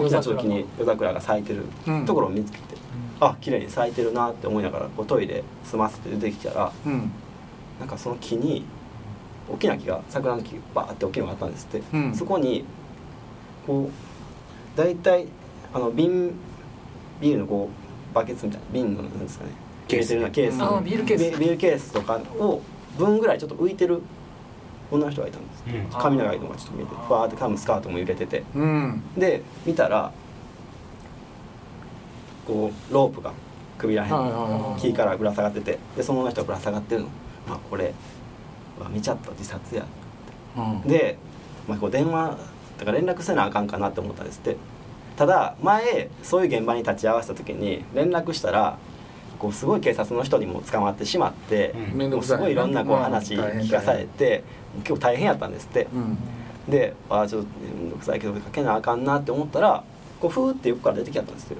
Speaker 1: 大きな時に夜桜が咲いてる
Speaker 4: うん
Speaker 1: ところを見つけて、あ綺麗に咲いてるなって思いながらこうトイレ済ませて出てきたら
Speaker 4: うん
Speaker 1: なんかその木に大きな木が桜の木がバーって大きいのがあったんですって、
Speaker 4: うん
Speaker 1: そこにこう大体あの瓶ビールのこうバケツみたいな瓶のなんですかね
Speaker 4: ケース
Speaker 1: 入れてるようなケース
Speaker 2: あビールケース
Speaker 1: ビビールケースとかを分ぐらいちょっと浮いてる女の人がいたんです
Speaker 6: うん
Speaker 1: 髪長いのがちょっと見えてふわーって多分スカートも揺れてて
Speaker 4: うん
Speaker 1: で見たらこうロープが首らへん
Speaker 4: はいはいはい
Speaker 1: 木からぶら下がっててでその女の人がぶら下がってるのうわこれうわ見ちゃった自殺や
Speaker 4: うん
Speaker 1: で、まあ、こう電話とか連絡せなあかんかなって思ったんですってただ前そういう現場に立ち会わせた時に連絡したらこうすごい警察の人にも捕まってしまって、
Speaker 6: うん
Speaker 4: 面
Speaker 1: もう
Speaker 4: 倒く
Speaker 1: す
Speaker 4: さい
Speaker 1: ごいいろんなこう話聞かされて結構大変やったんですって、
Speaker 4: うん
Speaker 1: であーちょっと面倒くさいけどかけなあかんなって思ったらこうふーって横から出てきたんですよ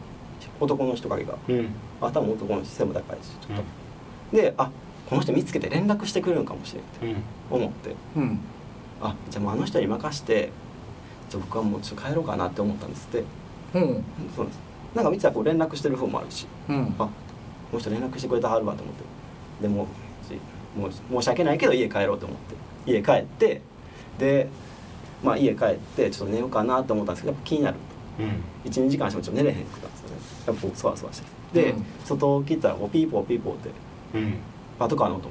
Speaker 1: 男の人影が
Speaker 6: うん
Speaker 1: 頭も男の人背も高いしちょっとであこの人見つけて連絡してくれるんかもしれんって
Speaker 6: うん
Speaker 1: 思って
Speaker 4: うん
Speaker 1: あじゃあもうあの人に任してじゃあ僕はもうちょっと帰ろうかなって思ったんですって
Speaker 4: うん
Speaker 1: そうなんですなんか見てたらこう連絡してる方もあるし
Speaker 4: うん
Speaker 1: あこの人連絡してくれたはるわと思ってでもうもう申し訳ないけど家帰ろうと思って家帰ってでまあ家帰ってちょっと寝ようかなと思ったんですけどやっぱ気になる
Speaker 6: うん
Speaker 1: 12時間してもちょっと寝れへんくったんですよねやっぱこうそわそわしてきてで、
Speaker 4: うん
Speaker 1: 外を切ったらこうピーポーピーポーって
Speaker 6: うん
Speaker 1: パトカーの音も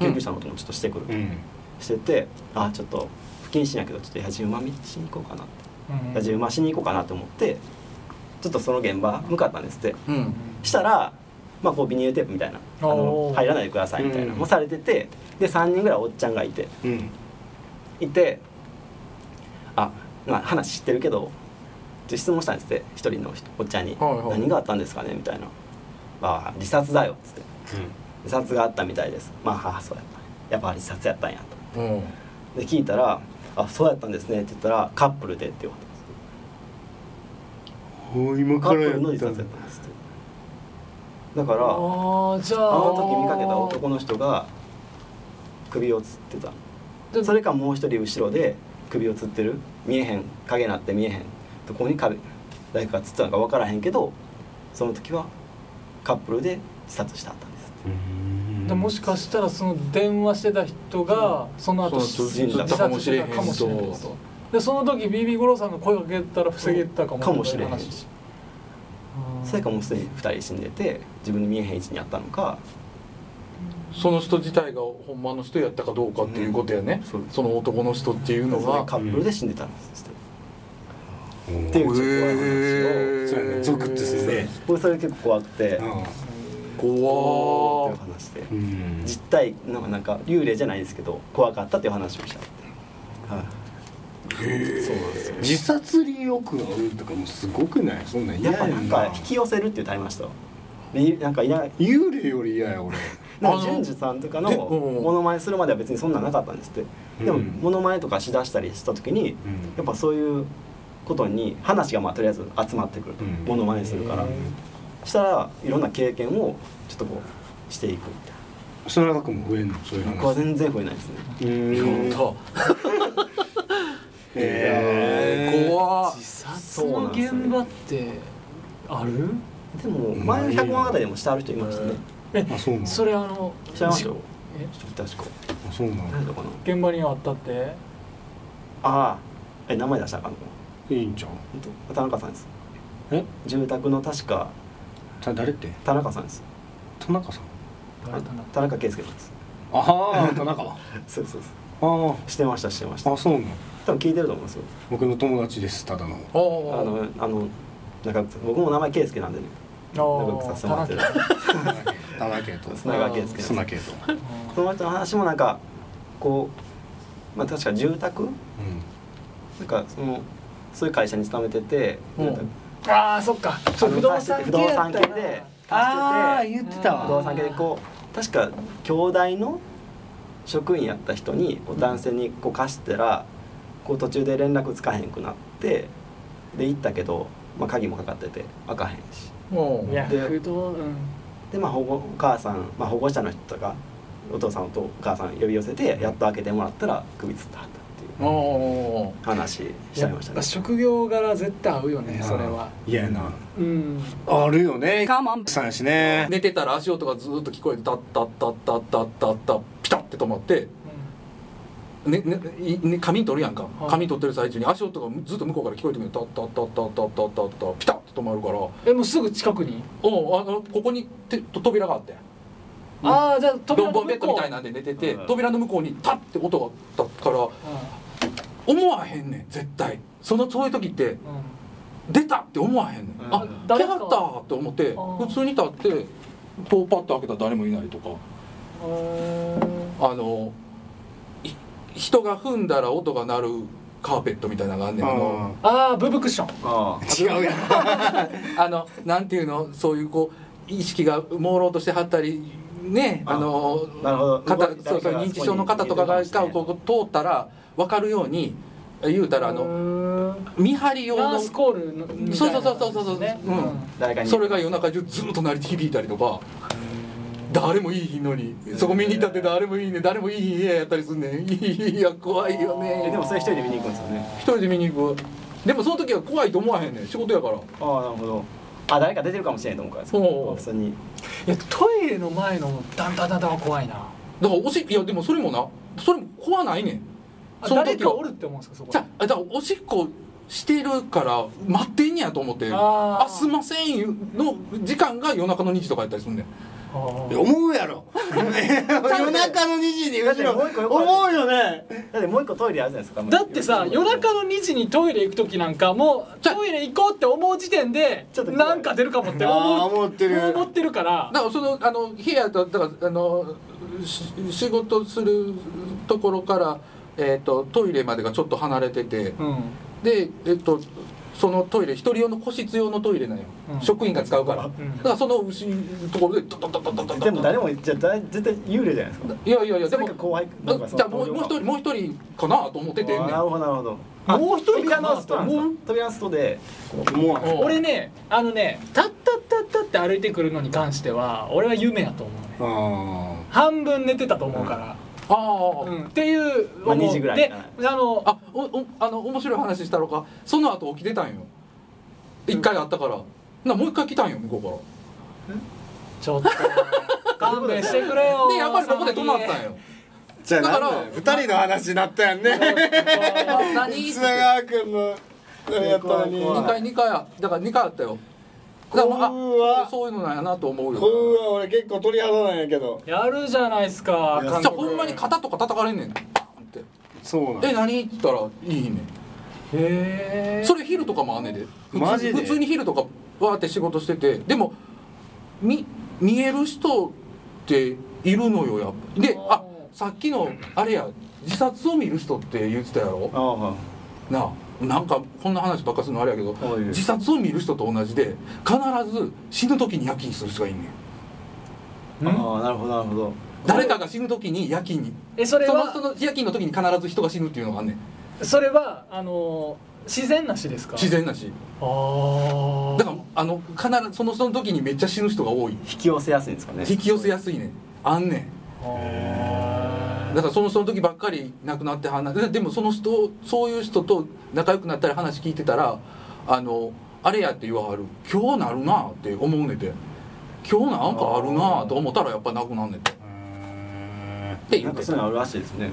Speaker 1: 救急車の音もちょっとしてくる、
Speaker 6: うん
Speaker 1: しててあちょっと不謹慎やけどちょっとやじ馬見しに行こうかなってやじ馬しに行こうかなと思ってちょっとその現場向かったんですって
Speaker 4: うん
Speaker 1: したら、まあ、こうビニールテープみたいなあの
Speaker 2: おー
Speaker 1: 入らないでくださいみたいなのもされててで3人ぐらいおっちゃんがいて
Speaker 6: うん
Speaker 1: いてあ、まあ、話知ってるけどちょっと質問したんですって一人のおっちゃんに「
Speaker 4: はいはい
Speaker 1: 何があったんですかね?」みたいな「ああ自殺だよ」っつって「自殺があったみたいです」「まあはあそうやったねやっぱ自殺やったんや」と
Speaker 4: うん
Speaker 1: で聞いたら「あそうやったんですね」って言ったら「カップルで」って言われたんです
Speaker 3: おー今
Speaker 1: カッ
Speaker 3: から
Speaker 1: プ
Speaker 3: や
Speaker 1: ルの自
Speaker 3: っ
Speaker 1: 殺
Speaker 3: た
Speaker 1: やったんですってだから
Speaker 2: あーじゃあ
Speaker 1: あの時見かけた男の人が首をつってた
Speaker 2: で
Speaker 1: それかもう一人後ろで首をつってる見えへん影なって見えへんどこに壁誰かがつってたのか分からへんけどその時はカップルで自殺してあったんです
Speaker 6: うん
Speaker 2: でもしかしたらその電話してた人がその後
Speaker 4: そう
Speaker 2: 自
Speaker 1: だった
Speaker 4: か
Speaker 2: 殺
Speaker 4: も
Speaker 2: し
Speaker 4: しれへ
Speaker 2: て
Speaker 4: ん
Speaker 2: たかもしれないとでその時 BB 五郎さんが声かけたら防げたかも
Speaker 1: かもしれへん
Speaker 2: 話
Speaker 1: し
Speaker 2: うん
Speaker 1: それかもうすでに2人死んでて自分の見えへん位置にあったのか
Speaker 4: その人自体がほんまの人やったかどうかっていうことやね、
Speaker 1: そう
Speaker 4: その男の人っていうの
Speaker 1: それ
Speaker 4: が
Speaker 1: でカップルで死んでたんですって、
Speaker 6: うん
Speaker 1: っていうちょっと怖い話を、
Speaker 4: え
Speaker 6: そうやねゾクッとするね
Speaker 1: 僕それ結構怖くて、
Speaker 4: 怖
Speaker 1: っ
Speaker 4: ー
Speaker 1: ていう話で
Speaker 6: うん
Speaker 1: 実体なんかなんか幽霊じゃないですけど怖かったっていう話をしちゃって、はい
Speaker 3: 自殺利欲が多いとかもうすごくないそんなん嫌
Speaker 1: やっぱ
Speaker 3: や
Speaker 1: なんん
Speaker 3: な
Speaker 1: か引き寄せるって言ってありましたわでなんかいな
Speaker 3: 幽霊より嫌や俺
Speaker 1: なんか淳二さんとかの
Speaker 4: でうん
Speaker 1: モノマネするまでは別にそんなんなかったんですってでも
Speaker 6: うん
Speaker 1: モノマネとかしだしたりした時に
Speaker 6: うん
Speaker 1: やっぱそういうことに話がまあとりあえず集まってくると
Speaker 6: うん
Speaker 1: モノマネするからしたらいろんな経験をちょっとこうしていくみたい
Speaker 3: それは僕も増えんのそういう
Speaker 1: な僕は
Speaker 3: 話
Speaker 1: 全然増えないですね
Speaker 4: や った
Speaker 3: え
Speaker 4: 怖
Speaker 2: 自殺の現場ってある
Speaker 1: でも前の100万あたりでもしてある人いましたね
Speaker 2: え
Speaker 3: ーあそうなの
Speaker 2: それあの
Speaker 1: 知らましたよ
Speaker 2: え
Speaker 1: 確か
Speaker 3: あそうなの
Speaker 1: 何だかな
Speaker 2: 現場にあったって
Speaker 1: ああえ名前出したらあかんのかない
Speaker 3: いんちゃう
Speaker 1: 本当田中さんです
Speaker 3: え
Speaker 1: 住宅の確か
Speaker 3: た誰って
Speaker 1: 田中さんです
Speaker 3: 田中さん
Speaker 1: 田中圭介さんです
Speaker 3: ああ田中
Speaker 1: そうそうそう
Speaker 3: あ
Speaker 1: してましたしてました
Speaker 3: ああそうなの
Speaker 1: 多分聞いてると思うんですよ
Speaker 3: 僕の友達ですただの
Speaker 4: お
Speaker 1: あ
Speaker 4: お
Speaker 1: のあのなんか僕も名前圭介なんでね仲良くさせてもらってる
Speaker 3: 田中圭と
Speaker 1: 砂川圭介
Speaker 3: 砂圭とうん
Speaker 1: この人の話もなんかこうまあ確か住宅なんかそのそういう会社に勤めてて、
Speaker 4: うん
Speaker 2: ああそっかそう不動産
Speaker 1: 不
Speaker 2: 系
Speaker 1: 動
Speaker 2: や
Speaker 1: 産
Speaker 2: っ
Speaker 1: 系
Speaker 2: た
Speaker 1: で貸
Speaker 2: な
Speaker 1: してて
Speaker 4: あー言ってた
Speaker 1: 不
Speaker 4: わ
Speaker 1: 動産系でこう確か兄弟の職員やった人にこう男性にこう貸したらこう途中で連絡つかへんくなってで行ったけど、まあ、鍵もかかってて開かへんし
Speaker 4: お
Speaker 2: いや
Speaker 1: で
Speaker 2: 不動うん
Speaker 1: で、まあ、保護お母さん、まあ、保護者の人とかお父さんとお母さん呼び寄せてやっと開けてもらったら首つったはったっていう
Speaker 4: おお
Speaker 1: 話しちゃいました
Speaker 2: やっぱ
Speaker 1: ね。
Speaker 2: 職業柄絶対合うよねそれは
Speaker 3: 嫌やな
Speaker 2: うん
Speaker 3: あるよね
Speaker 7: カモン
Speaker 3: さんやしね
Speaker 4: 寝てたら足音がずーっと聞こえてタッタッタッタッタッタッタッピタッて止まって、ねねいね、仮眠取るやんか
Speaker 2: はい
Speaker 4: 仮眠取ってる最中に足音がずっと向こうから聞こえてくるタッタッタッタッタッタッタッタッピタッて止まるからお
Speaker 2: えもうすぐ近くに
Speaker 4: おあのここにてと扉があってうん
Speaker 2: ああじゃあ
Speaker 4: ロ
Speaker 2: 扉の
Speaker 4: ンボン
Speaker 2: 向
Speaker 4: ベッドみ
Speaker 2: こ
Speaker 4: た
Speaker 2: う
Speaker 4: いなんで寝てて
Speaker 1: うん
Speaker 4: 扉の向こうにタッて音があったから思わへんねん絶対そのそういう時って
Speaker 2: うんうん
Speaker 4: 出たって思わへんねん、
Speaker 1: うん
Speaker 4: あ
Speaker 2: 誰
Speaker 4: 来
Speaker 2: か
Speaker 4: はったって思って
Speaker 2: ー
Speaker 4: 普通に立ってこうパッと開けたら誰もいないとかあのい人が踏んだら音が鳴るカーペットみたいなのがあんねんあの
Speaker 2: ああブブクッション
Speaker 1: ああ
Speaker 3: 違うや
Speaker 4: あのなんていうのそういうこう意識が朦朧としてはったりね
Speaker 1: あ
Speaker 4: あの
Speaker 1: なるほど
Speaker 4: 方
Speaker 1: 動いた
Speaker 4: そうそ
Speaker 1: 人
Speaker 4: う
Speaker 1: が
Speaker 4: 認知症の方とかが
Speaker 1: そこに
Speaker 4: こう通ったら分かるように言うたらあの
Speaker 2: の
Speaker 4: 見張り用
Speaker 2: ナー
Speaker 4: の
Speaker 2: スコールのみたいな感じですね
Speaker 4: そうそうそうそうそう
Speaker 2: ね
Speaker 4: うん
Speaker 1: 誰かに
Speaker 4: それが夜中中ずっと鳴り響いたりとか誰もいいひんのにそこ見に行ったって誰もいいね誰もいいひんややったりすんねんいいや怖いよ
Speaker 1: えで
Speaker 4: ね
Speaker 1: もそれ一人で見に行くんですよね
Speaker 4: 一人で見に行くでもその時は怖いと思わへんねん仕事やから
Speaker 1: ああなるほどあ誰か出てるかもしれんと思うから
Speaker 4: おう
Speaker 1: 普通に
Speaker 2: いやトイレの前のダンダンダンダンは怖いな
Speaker 4: だからおしいやでもそれもなそれも怖ないねん
Speaker 2: あ
Speaker 4: その
Speaker 2: 誰
Speaker 4: 時
Speaker 2: か
Speaker 4: は
Speaker 2: おるって思うんですかそこ
Speaker 4: じゃあだからおしっこしてるから待ってんねやと思って「
Speaker 2: あー
Speaker 4: あすんませんよ」の時間が夜中の2時とかやったりすんねん
Speaker 2: あー
Speaker 3: 思うや ろ夜中の2時に後ろ
Speaker 1: だってもう一個よくある
Speaker 3: 思うよね
Speaker 1: だってもう一個トイレあるじゃないですか
Speaker 2: だってさ夜中の2時にトイレ行く時なんかもう
Speaker 4: じゃあ
Speaker 2: トイレ行こうって思う時点で
Speaker 1: ちょっと怖い
Speaker 2: なんか出るかもって
Speaker 3: あー
Speaker 2: 思う
Speaker 3: 思ってる
Speaker 2: もう思ってるから
Speaker 4: だからそのあの部屋とだからあのし仕事するところから、えー、とトイレまでがちょっと離れてて
Speaker 2: うん
Speaker 4: で、えっとそのトイレ一人用の個室用のトイレなんよ、
Speaker 2: うん
Speaker 4: 職員が使うから、
Speaker 2: ん
Speaker 4: だからその後ろところでトトトトトトト
Speaker 1: でも誰もじゃあだ絶対幽霊じゃないですか
Speaker 4: いやいやいや
Speaker 1: そ
Speaker 4: で
Speaker 1: れ
Speaker 4: も
Speaker 1: か怖い
Speaker 4: あ
Speaker 1: なんかその
Speaker 4: じゃあもうもう一人もう一人かなと思っててん
Speaker 1: あ
Speaker 4: ね
Speaker 1: なるほどなるほどあ
Speaker 2: もう一人か
Speaker 1: 扉
Speaker 2: な
Speaker 1: の外なんですか扉の外で
Speaker 3: 思わ
Speaker 4: ん
Speaker 2: 俺ねあのねタッタッタッタって歩いてくるのに関しては俺は夢やと思うね
Speaker 3: あ
Speaker 2: 半分寝てたと思うから、
Speaker 4: あ
Speaker 2: う
Speaker 4: あ、
Speaker 2: んっていう
Speaker 1: まあ
Speaker 2: 思う
Speaker 1: 2時ぐらい
Speaker 2: で
Speaker 1: は
Speaker 2: あの
Speaker 4: あおおあの面白い話したのかその後起きてたんよ一回あったからなもう一回来たんよ向こうから
Speaker 2: ちょっ と勘弁してくれよ
Speaker 4: でやっぱりここで止まったんよ
Speaker 3: じゃあ
Speaker 4: だから
Speaker 3: なんだよ二人の話になったやんね
Speaker 4: 何
Speaker 3: 砂川君のやったのに
Speaker 4: 2回2回あだから2回あったよだからま
Speaker 3: こうは
Speaker 4: ああそういうのなんやなと思うよ
Speaker 3: こうは俺結構鳥肌なんやけど
Speaker 2: やるじゃないですか
Speaker 3: いや
Speaker 2: 韓
Speaker 4: じゃあ
Speaker 2: 国
Speaker 4: ほんまに肩とか叩かれんねんパーンって
Speaker 3: そう
Speaker 4: 「え何?」って言ったら「いいねん」
Speaker 2: へえ
Speaker 4: それ昼とかもあんねんで普通に
Speaker 3: マジで
Speaker 4: 普通に昼とかわーって仕事しててでもみ見える人っているのよやっぱであさっきのあれや自殺を見る人って言ってたやろ
Speaker 1: ああはい
Speaker 4: なあなんかこんな話ばっかするのあれやけど
Speaker 1: はい
Speaker 4: 自殺を見る人と同じで必ず死ぬ時に夜勤する人がいんねん
Speaker 1: ああなるほどなるほど
Speaker 4: 誰かが死ぬ時に夜勤に
Speaker 2: えそれ
Speaker 4: そのそ
Speaker 2: は
Speaker 4: の夜勤の時に必ず人が死ぬっていうのがあんねん
Speaker 2: それはあの自然な死ですか
Speaker 4: 自然なし
Speaker 2: ああ
Speaker 4: だからあの必ずそのその時にめっちゃ死ぬ人が多い
Speaker 1: 引き寄せやすいんですかね
Speaker 4: 引き寄せやすいねんあんねんだからそのその時ばっかり亡くなって話ででもその人そういう人と仲良くなったり話聞いてたらあのあれやって言わはる今日なるなって思うねて今日なんかあるなと思ったらやっぱなくなんねてって言
Speaker 1: な
Speaker 4: っ
Speaker 1: んか
Speaker 4: て
Speaker 1: そういうのあるらしいですね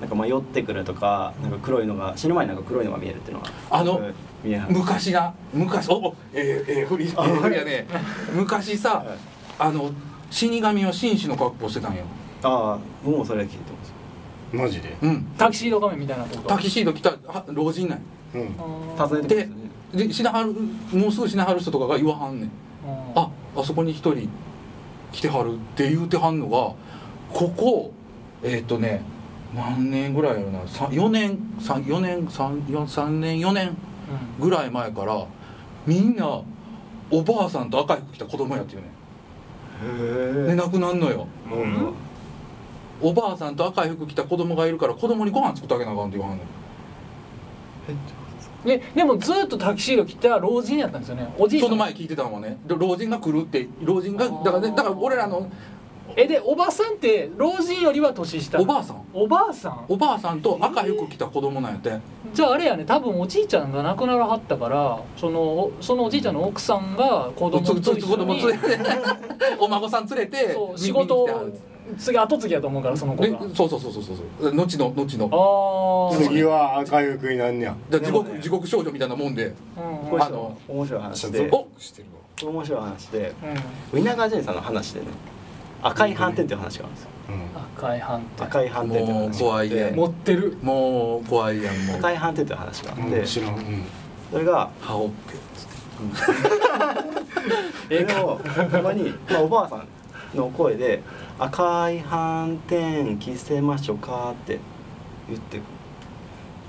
Speaker 1: なんか迷ってくるとかなんか黒いのが死ぬ前になんか黒いのが見えるっていうのが
Speaker 4: あの
Speaker 1: 見えはる
Speaker 4: 昔な昔おおええええふりええふりやね昔さ
Speaker 1: はい
Speaker 4: あの死神は紳士の格好してたんよ
Speaker 1: ああ僕もそれ聞いてます
Speaker 6: マジで
Speaker 4: うん
Speaker 2: タキシード仮面みたいなってこと
Speaker 4: タキシード着たは老人なんや
Speaker 6: うん
Speaker 1: 訪ねてくる
Speaker 4: で
Speaker 1: んですね
Speaker 4: で品はるもうすぐ品はる人とかが言わはんねんああそこに一人来てはるって言うてはんのがここえっ、とね何年ぐらいやろなさ4年34年3年4年ぐらい前からみんなおばあさんと赤い服着た子供やっていうねんで
Speaker 1: へ
Speaker 4: 亡くなんのよ
Speaker 1: えうん
Speaker 4: おばあさんと赤い服着た子供がいるから子供にご飯作ってあげなあかんって言わはんねん
Speaker 2: ででもずっとタキシード着た老人やったんですよねおじいさん
Speaker 4: その前聞いてたのはねで老人が来るって老人がだからねだから俺らの
Speaker 2: えでおばさんって老人よりは年下
Speaker 4: おばあさん
Speaker 2: おばあさん
Speaker 4: おばあさんと赤い服着た子供なんやって
Speaker 2: じゃああれやね多分おじいちゃんが亡くならはったからそのおそのおじいちゃんの奥さんが子供と
Speaker 4: つつ
Speaker 2: 一
Speaker 4: つ
Speaker 2: 緒
Speaker 4: 子供
Speaker 2: に
Speaker 4: 連れて お孫さん連れて
Speaker 2: そう
Speaker 4: 見
Speaker 2: 仕事
Speaker 4: 見に来てはる
Speaker 2: を次後継ぎやと思うからその子が
Speaker 4: でそうそうそうそうそうそう後の後の
Speaker 2: ああ
Speaker 3: 次は赤い服になんねや
Speaker 4: だから地
Speaker 1: で
Speaker 4: 獄、
Speaker 1: もね
Speaker 4: 地獄少女みたいなもんで
Speaker 2: うん
Speaker 1: これ
Speaker 4: あ
Speaker 1: ちょ
Speaker 4: の
Speaker 1: っと面白い話で
Speaker 4: お
Speaker 6: してるわ
Speaker 1: 面白い話で
Speaker 2: うん
Speaker 1: 稲川淳二さんの話でね赤い斑点っていう話があるんですよ
Speaker 2: 赤い斑点
Speaker 1: 赤い斑点っていう
Speaker 4: もう
Speaker 1: 話があ
Speaker 4: 怖
Speaker 1: っ
Speaker 4: いや
Speaker 1: て
Speaker 4: ん
Speaker 2: 持ってる
Speaker 4: もう怖いやんもう
Speaker 1: 赤い斑点っていう話があ
Speaker 6: うん
Speaker 1: って
Speaker 6: 知らんうん
Speaker 1: それが
Speaker 4: 歯を
Speaker 1: それをほんま に、まあ、おばあさんの声で「赤い斑点着せましょうか」って言ってっ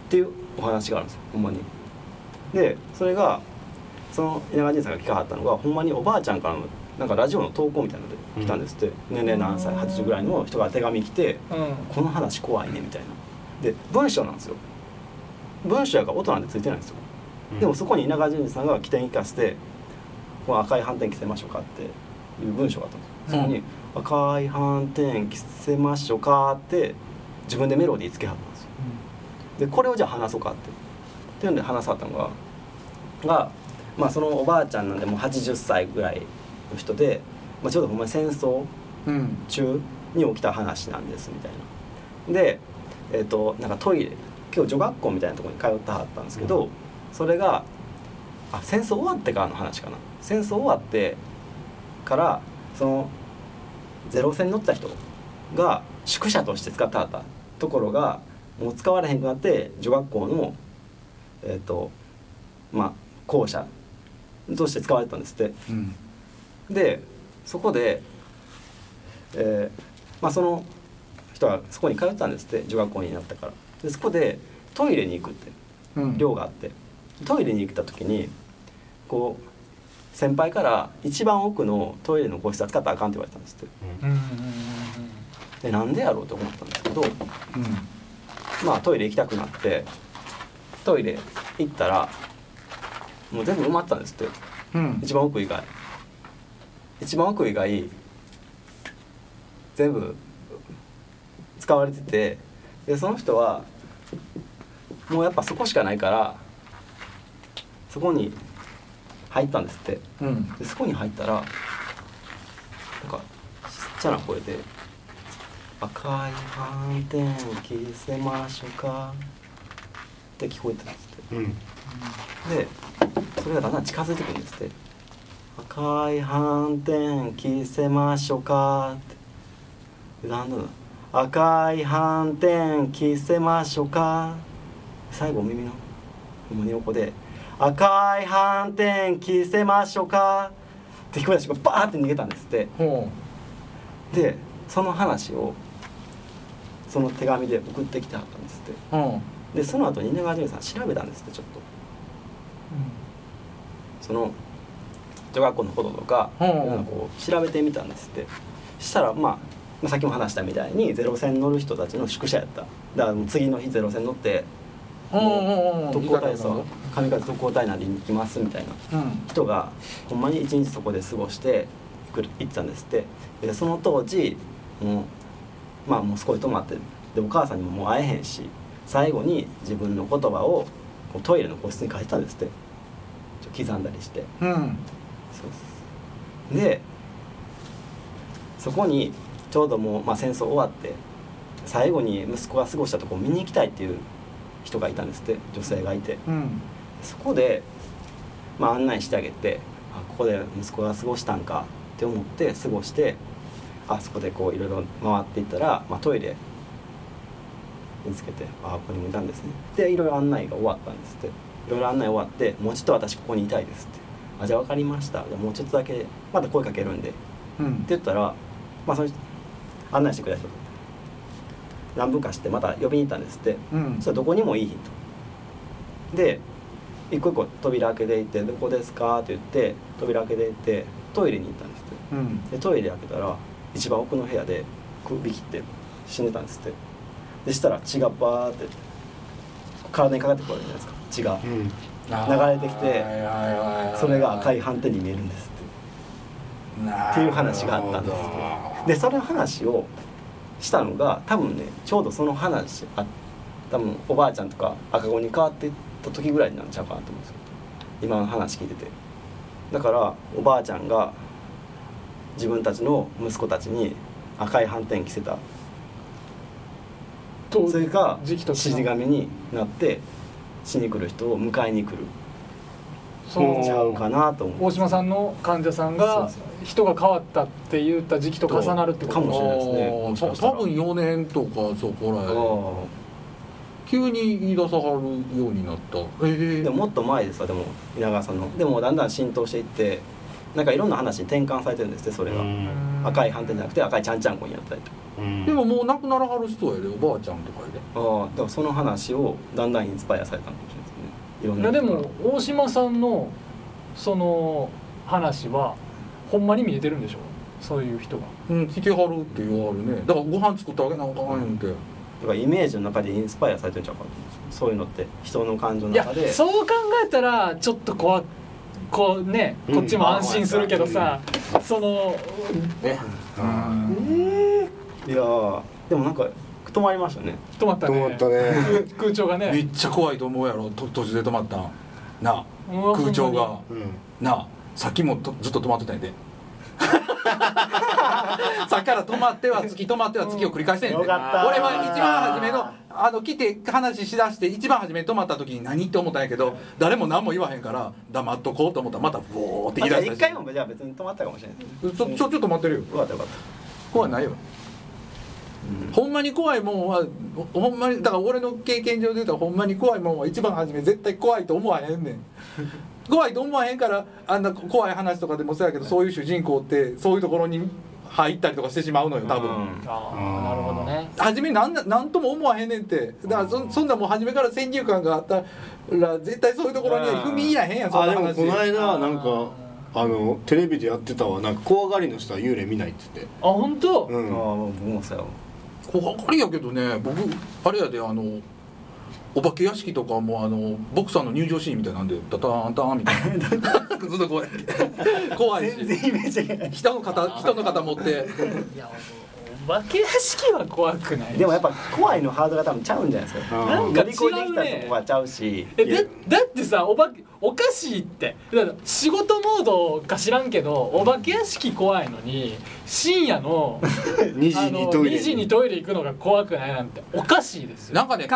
Speaker 1: ていうお話があるんですよほんまに。でそれがその稲川淳二さんが聞かはったのがほんまにおばあちゃんからのなんかラジオの投稿みたいなので来たんですって、年齢何歳80ぐらいの人が手紙来て
Speaker 2: うん
Speaker 1: 「この話怖いね」みたいな。で文章なんですよ。文章やから音なんてついてないんですよ。でもそこに稲川淳二さんが起点生かして「この赤い斑点着せましょうか」っていう文章があったんですよそこに「赤い斑点着せましょうか」って自分でメロディーつけはったんですよでこれをじゃあ話そうかってっていうので話さはったのがが、まあ、そのおばあちゃんなんでもう80歳ぐらいの人で、まあ、ちょうどほんまに戦争
Speaker 4: うん
Speaker 1: 中に起きた話なんですみたいな。で、えっとなんかトイレ今日女学校みたいなところに通ってはったんですけど、それがあ戦争終わってからの話かな戦争終わってからそのゼロ戦に乗ってた人が宿舎として使ってはったところがもう使われへんくなって女学校のえっ、とまあ校舎として使われてたんですって。
Speaker 4: うん
Speaker 1: でそこで、えーまあ、その人はそこに通ってたんですって女学校になったからでそこでトイレに行くって
Speaker 4: うん
Speaker 1: 寮があってトイレに行った時にこう先輩から一番奥のトイレの個室は使ったらあかんって言われたんですっ
Speaker 2: うんうん
Speaker 1: てでなんでやろうと思ったんですけど
Speaker 4: うん
Speaker 1: まあトイレ行きたくなってトイレ行ったらもう全部埋まってたんですって
Speaker 4: うん
Speaker 1: 一番奥以外一番奥以外全部使われててでその人はもうやっぱそこしかないからそこに入ったんですって
Speaker 4: うん
Speaker 1: でそこに入ったらなんかちっちゃな声で「赤い斑点消せましょうか」って聞こえてたんですって。
Speaker 6: うん
Speaker 1: でそれがだんだん近づいてくるんですって「赤い斑点着せましょうか」ってでだんだん「赤い斑点着せましょうか」最後耳の胸横で「赤い斑点着せましょうか」って聞こえた瞬間バーって逃げたんですって
Speaker 4: ほ
Speaker 1: でその話をその手紙で送ってきてはったんですって
Speaker 4: ううん
Speaker 1: でその後に稲川淳二さん調べたんですってちょっと。その女学校のこととか,、
Speaker 4: うん
Speaker 1: なんかこう調べてみたんですってしたら、まあ、まあさっきも話したみたいにゼロ戦乗る人たちの宿舎やっただからもう次の日ゼロ戦乗って
Speaker 4: うんうんうん
Speaker 1: 特攻隊そう神風特攻隊なりに行きますみたいな
Speaker 4: うん
Speaker 1: 人がほんまに一日そこで過ごしてくる行ってたんですってでその当時もうまあもうそこで泊まってでお母さんにももう会えへんし最後に自分の言葉をこうトイレの個室に書いてたんですってちょっと刻んだりして。
Speaker 4: うん
Speaker 1: そうですでそこにちょうどもう、まあ、戦争終わって最後に息子が過ごしたとこを見に行きたいっていう人がいたんですって女性がいて
Speaker 4: うん
Speaker 1: そこで、まあ、案内してあげてあここで息子が過ごしたんかって思って過ごしてあそこでこういろいろ回っていったら、まあ、トイレ見つけてあここにもいたんですねでいろいろ案内が終わったんですっていろいろ案内終わってもうちょっと私ここにいたいですってあじゃあ分かりましたじゃあもうちょっとだけまた声かけるんでって
Speaker 3: うん
Speaker 1: 言ったらまあその人案内してくれた人何分かしてまた呼びに行ったんですって
Speaker 3: うん
Speaker 1: そしたらどこにもいいヒントで一個一個扉開けていって「どこですか?」って言って扉開けていってトイレに行ったんですって
Speaker 3: うん
Speaker 1: でトイレ開けたら一番奥の部屋で首切って死んでたんですってでしたら血がバーって体にかかってくるわけじゃないですか血が
Speaker 6: うん
Speaker 1: 流れてきてそれが赤い斑点に見えるんですっ
Speaker 4: って
Speaker 1: いう話があったんですってでその話をしたのが多分ねちょうどその話あ多分おばあちゃんとか赤子に変わっていった時ぐらいになっちゃうかなと思うんですよ今の話聞いててだからおばあちゃんが自分たちの息子たちに赤い斑点着せた
Speaker 2: と
Speaker 1: それが
Speaker 2: 時期と
Speaker 1: 死神になって死に来る人を迎えに来る
Speaker 2: その
Speaker 1: ちゃうかなと思
Speaker 2: 大
Speaker 1: う
Speaker 2: 島さんの患者さんが
Speaker 1: そう
Speaker 2: 人が変わったって言った時期と重なるってこと
Speaker 1: かもしれないですね
Speaker 4: あ
Speaker 1: も
Speaker 4: ー
Speaker 1: しか
Speaker 4: た
Speaker 1: したら
Speaker 4: 多分4年とかそこらへ
Speaker 1: あ
Speaker 4: 急に言い出さはるようになったええ
Speaker 1: あでももっと前ですわでも稲川さんのでもだんだん浸透していってなんかいろんな話に転換されてるんですってそれが、
Speaker 2: うん
Speaker 1: 赤い斑点じゃなくて赤いちゃんちゃんこになったりとか
Speaker 6: うん
Speaker 4: でももう亡くならはる人やでおばあちゃんとかやで
Speaker 1: ああだからその話をだんだんインスパイアされたのかもしれないですねいろんな
Speaker 2: いやで
Speaker 1: 人
Speaker 2: も大島さんのその話はほんまに見えてるんでしょそういう人が
Speaker 4: うん来てはるって言わはるねだからご飯作ったわけなんかあかんやんて
Speaker 1: だからイメージの中でインスパイアされてるんちゃうかなと思うんですよそういうのって人の感情の
Speaker 2: いや
Speaker 1: 中で
Speaker 2: そう考えたらちょっとこうこうね
Speaker 6: うん
Speaker 2: こっちも安心するけどさ、その
Speaker 4: ね
Speaker 1: いやーでもなんか止まりましたね
Speaker 2: 止まった
Speaker 6: 止
Speaker 2: ね
Speaker 6: まったね
Speaker 2: 空空調が
Speaker 4: めっ
Speaker 2: ね
Speaker 4: ちゃ怖いと思うやろと途中で止まったんなあ
Speaker 2: うわ
Speaker 4: 空調が
Speaker 6: うん
Speaker 4: なあさっきもとずっと止まってたんやで さっきから止まっては月止まっては月を繰り返してんねん
Speaker 1: よ
Speaker 4: で
Speaker 1: かった
Speaker 4: 俺は一番初めのあの来て話しだして一番初めに止まった時に何って思ったんやけど誰も何も言わへんから黙っとこうと思ったらまたボーって
Speaker 1: あ
Speaker 4: 言
Speaker 1: じゃ
Speaker 4: い出
Speaker 1: あ
Speaker 4: した
Speaker 1: 一
Speaker 4: し
Speaker 1: 回もじゃあ別に止まったかもしれないですね
Speaker 4: ちょちょちょっと待ってるよ
Speaker 1: よかったよかった
Speaker 4: 怖ないよ、ほんまに怖いもんはほほんまにだから俺の経験上で言うとほんまに怖いもんは一番初め絶対怖いと思わへん ねん怖いと思わへんからあんな怖い話とかでもそうやけどそういう主人公ってそういうところに入ったりとかしてしまうのよ多分、
Speaker 1: うん
Speaker 2: ああなるほどね
Speaker 4: 初めなんななんとも思わへんねんてだからそそんなもう初めから先入観があったら絶対そういうところには踏み入らへんやんそ
Speaker 6: あ
Speaker 4: んな
Speaker 6: でも
Speaker 4: 話
Speaker 6: この間なんかあのテレビでやってたわなんか怖がりの人は幽霊見ないって言って
Speaker 2: あ本当、
Speaker 6: う
Speaker 1: ああ
Speaker 6: ん
Speaker 1: 僕もそうやわ
Speaker 4: 怖がりやけどね僕あれやであのお化け屋敷とかもあのボクサーの入場シーンみたいなんでダタンタンみたい なずっと怖い怖いし
Speaker 1: 全然イメージがない
Speaker 4: 人の肩人の肩持って
Speaker 2: いやお化け屋敷は怖くない
Speaker 1: でもやっぱ怖いのハードルが多分ちゃうんじゃないですか
Speaker 2: なんか
Speaker 1: 乗
Speaker 2: 違う
Speaker 1: り越
Speaker 2: ね
Speaker 1: えてきたとこはちゃうし
Speaker 2: えだだってさお化けおかしいってだから仕事モードか知らんけどお化け屋敷怖いのに深夜の
Speaker 6: 2時に
Speaker 2: あの
Speaker 6: トイレ
Speaker 2: 2時にトイレ行くのが怖くないなんておかしいですよ
Speaker 4: なんかね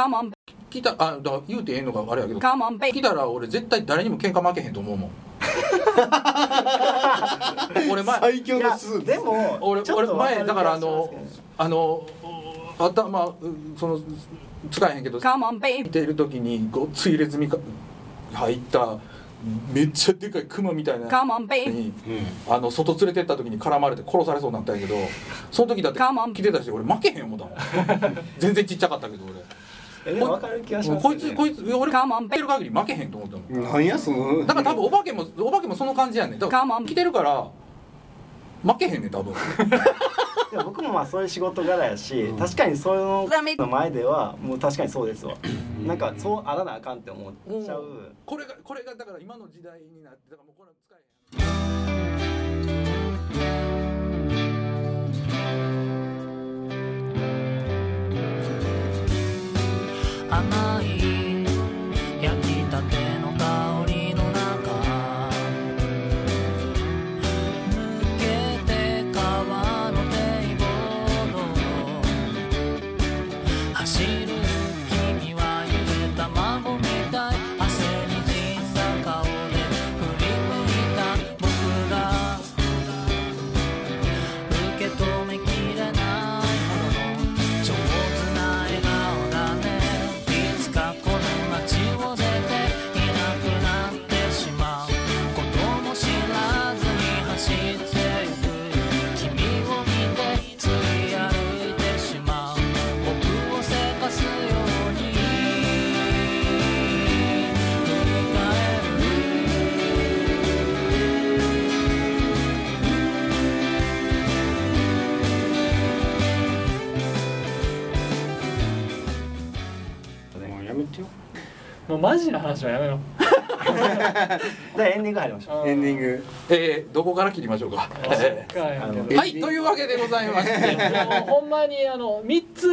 Speaker 4: 来たあだから言うてええのがあれやけど来たら俺絶対誰にも喧嘩負けへんと思う もん俺前
Speaker 6: 最強
Speaker 1: い
Speaker 6: の
Speaker 1: や
Speaker 6: スーツ
Speaker 1: でも
Speaker 4: 俺
Speaker 1: ちょっ
Speaker 4: 俺
Speaker 1: とわか
Speaker 4: 前
Speaker 1: る
Speaker 4: だからあの
Speaker 1: 気がします
Speaker 4: あの頭うその使えへんけど見ている時にごっつい入れ墨か入っためっちゃでかいクマみたいなのに
Speaker 6: う
Speaker 4: あの外連れてった時に絡まれて殺されそうになったんやけどその時だって来てたし俺負けへん思ったもん 全然ちっちゃかったけど
Speaker 1: けどえでもわかる気がし
Speaker 4: 俺
Speaker 1: ます
Speaker 4: こいつこ
Speaker 1: い
Speaker 4: いつ俺来てる限り負けへんと思ったもん
Speaker 6: んなんやその
Speaker 4: だから多分お化けもお化けもその感じやねん多分来てるから負けへんねん多分
Speaker 1: つ僕もまあそういう仕事柄やし確かにそのの前ではもう確かにそうですわなんかそうあらなあかんって思っちゃう
Speaker 4: これがこれがだから今の時代になってだからもうこれは使えへん
Speaker 7: 甘い焼きたての香りの中抜けて川の堤防の走る君はゆで卵みたい汗にじんさ顔で振り向いた僕ら
Speaker 2: もうマジな話はやめろ
Speaker 1: じゃあエンディング入りましょう。
Speaker 3: エンディング
Speaker 4: えー、どこから切りましょうか。
Speaker 2: そっかやけど
Speaker 4: はい、というわけでございまして。
Speaker 2: いやもうほんまにあの三つ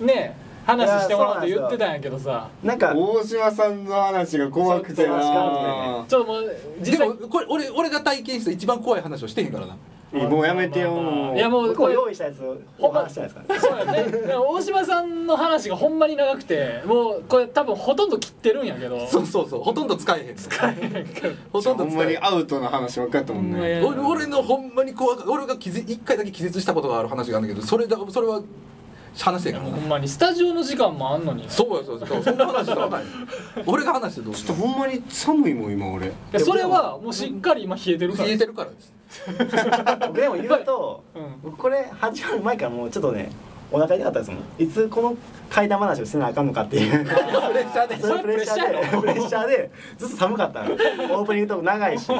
Speaker 2: ね話してもらうって言ってたんやけどさ
Speaker 1: なんか
Speaker 3: 大島さんの話が怖くて
Speaker 1: ちょっと
Speaker 3: な
Speaker 1: 怖
Speaker 2: ちょっともう実
Speaker 4: で
Speaker 2: 際
Speaker 4: も、これ、俺、俺が体験した一番怖い話をしてへんからな。
Speaker 3: もうやめてよ
Speaker 2: まあ
Speaker 3: もう
Speaker 2: いやもう
Speaker 1: 向こう用意したやつをお話したいですからね。
Speaker 2: そうやねだから大島さんの話がほんまに長くてもうこれ多分ほとんど切ってるんやけど
Speaker 4: そうそうそう、ほとんど使えへん。使えへん。ほとん
Speaker 3: ほ
Speaker 4: ど
Speaker 3: んま
Speaker 4: 使えへ
Speaker 3: に
Speaker 4: ん。
Speaker 3: アウトな話分かったも
Speaker 2: ほ
Speaker 3: ん
Speaker 2: んまや
Speaker 3: ね
Speaker 4: 俺俺のほんまに怖か俺が気絶一回だけ気絶したことがある話があるんだけどそれだそれは話せへんから
Speaker 2: ほ
Speaker 4: なん
Speaker 2: まにスタジオの時間もあんのにい
Speaker 4: そうやそうやそうそんな話したらあかんよ俺が話してどう
Speaker 3: ちょっ
Speaker 4: す
Speaker 3: と
Speaker 4: る
Speaker 3: ほんまに寒いもん今俺
Speaker 2: やそれはもうしっかり今冷えてるか
Speaker 4: 冷
Speaker 2: ら
Speaker 4: えてるから です
Speaker 1: 僕でも言うと、
Speaker 2: うん
Speaker 1: 僕これ始まる前からもうちょっとねお腹痛かったですもん。いつこの怪談話をせなあかんのかっていう。
Speaker 4: プレッシャーで
Speaker 1: それプレッシャーでプレッシャーでずっと寒かったの。オープニングとか長 いし。ずっ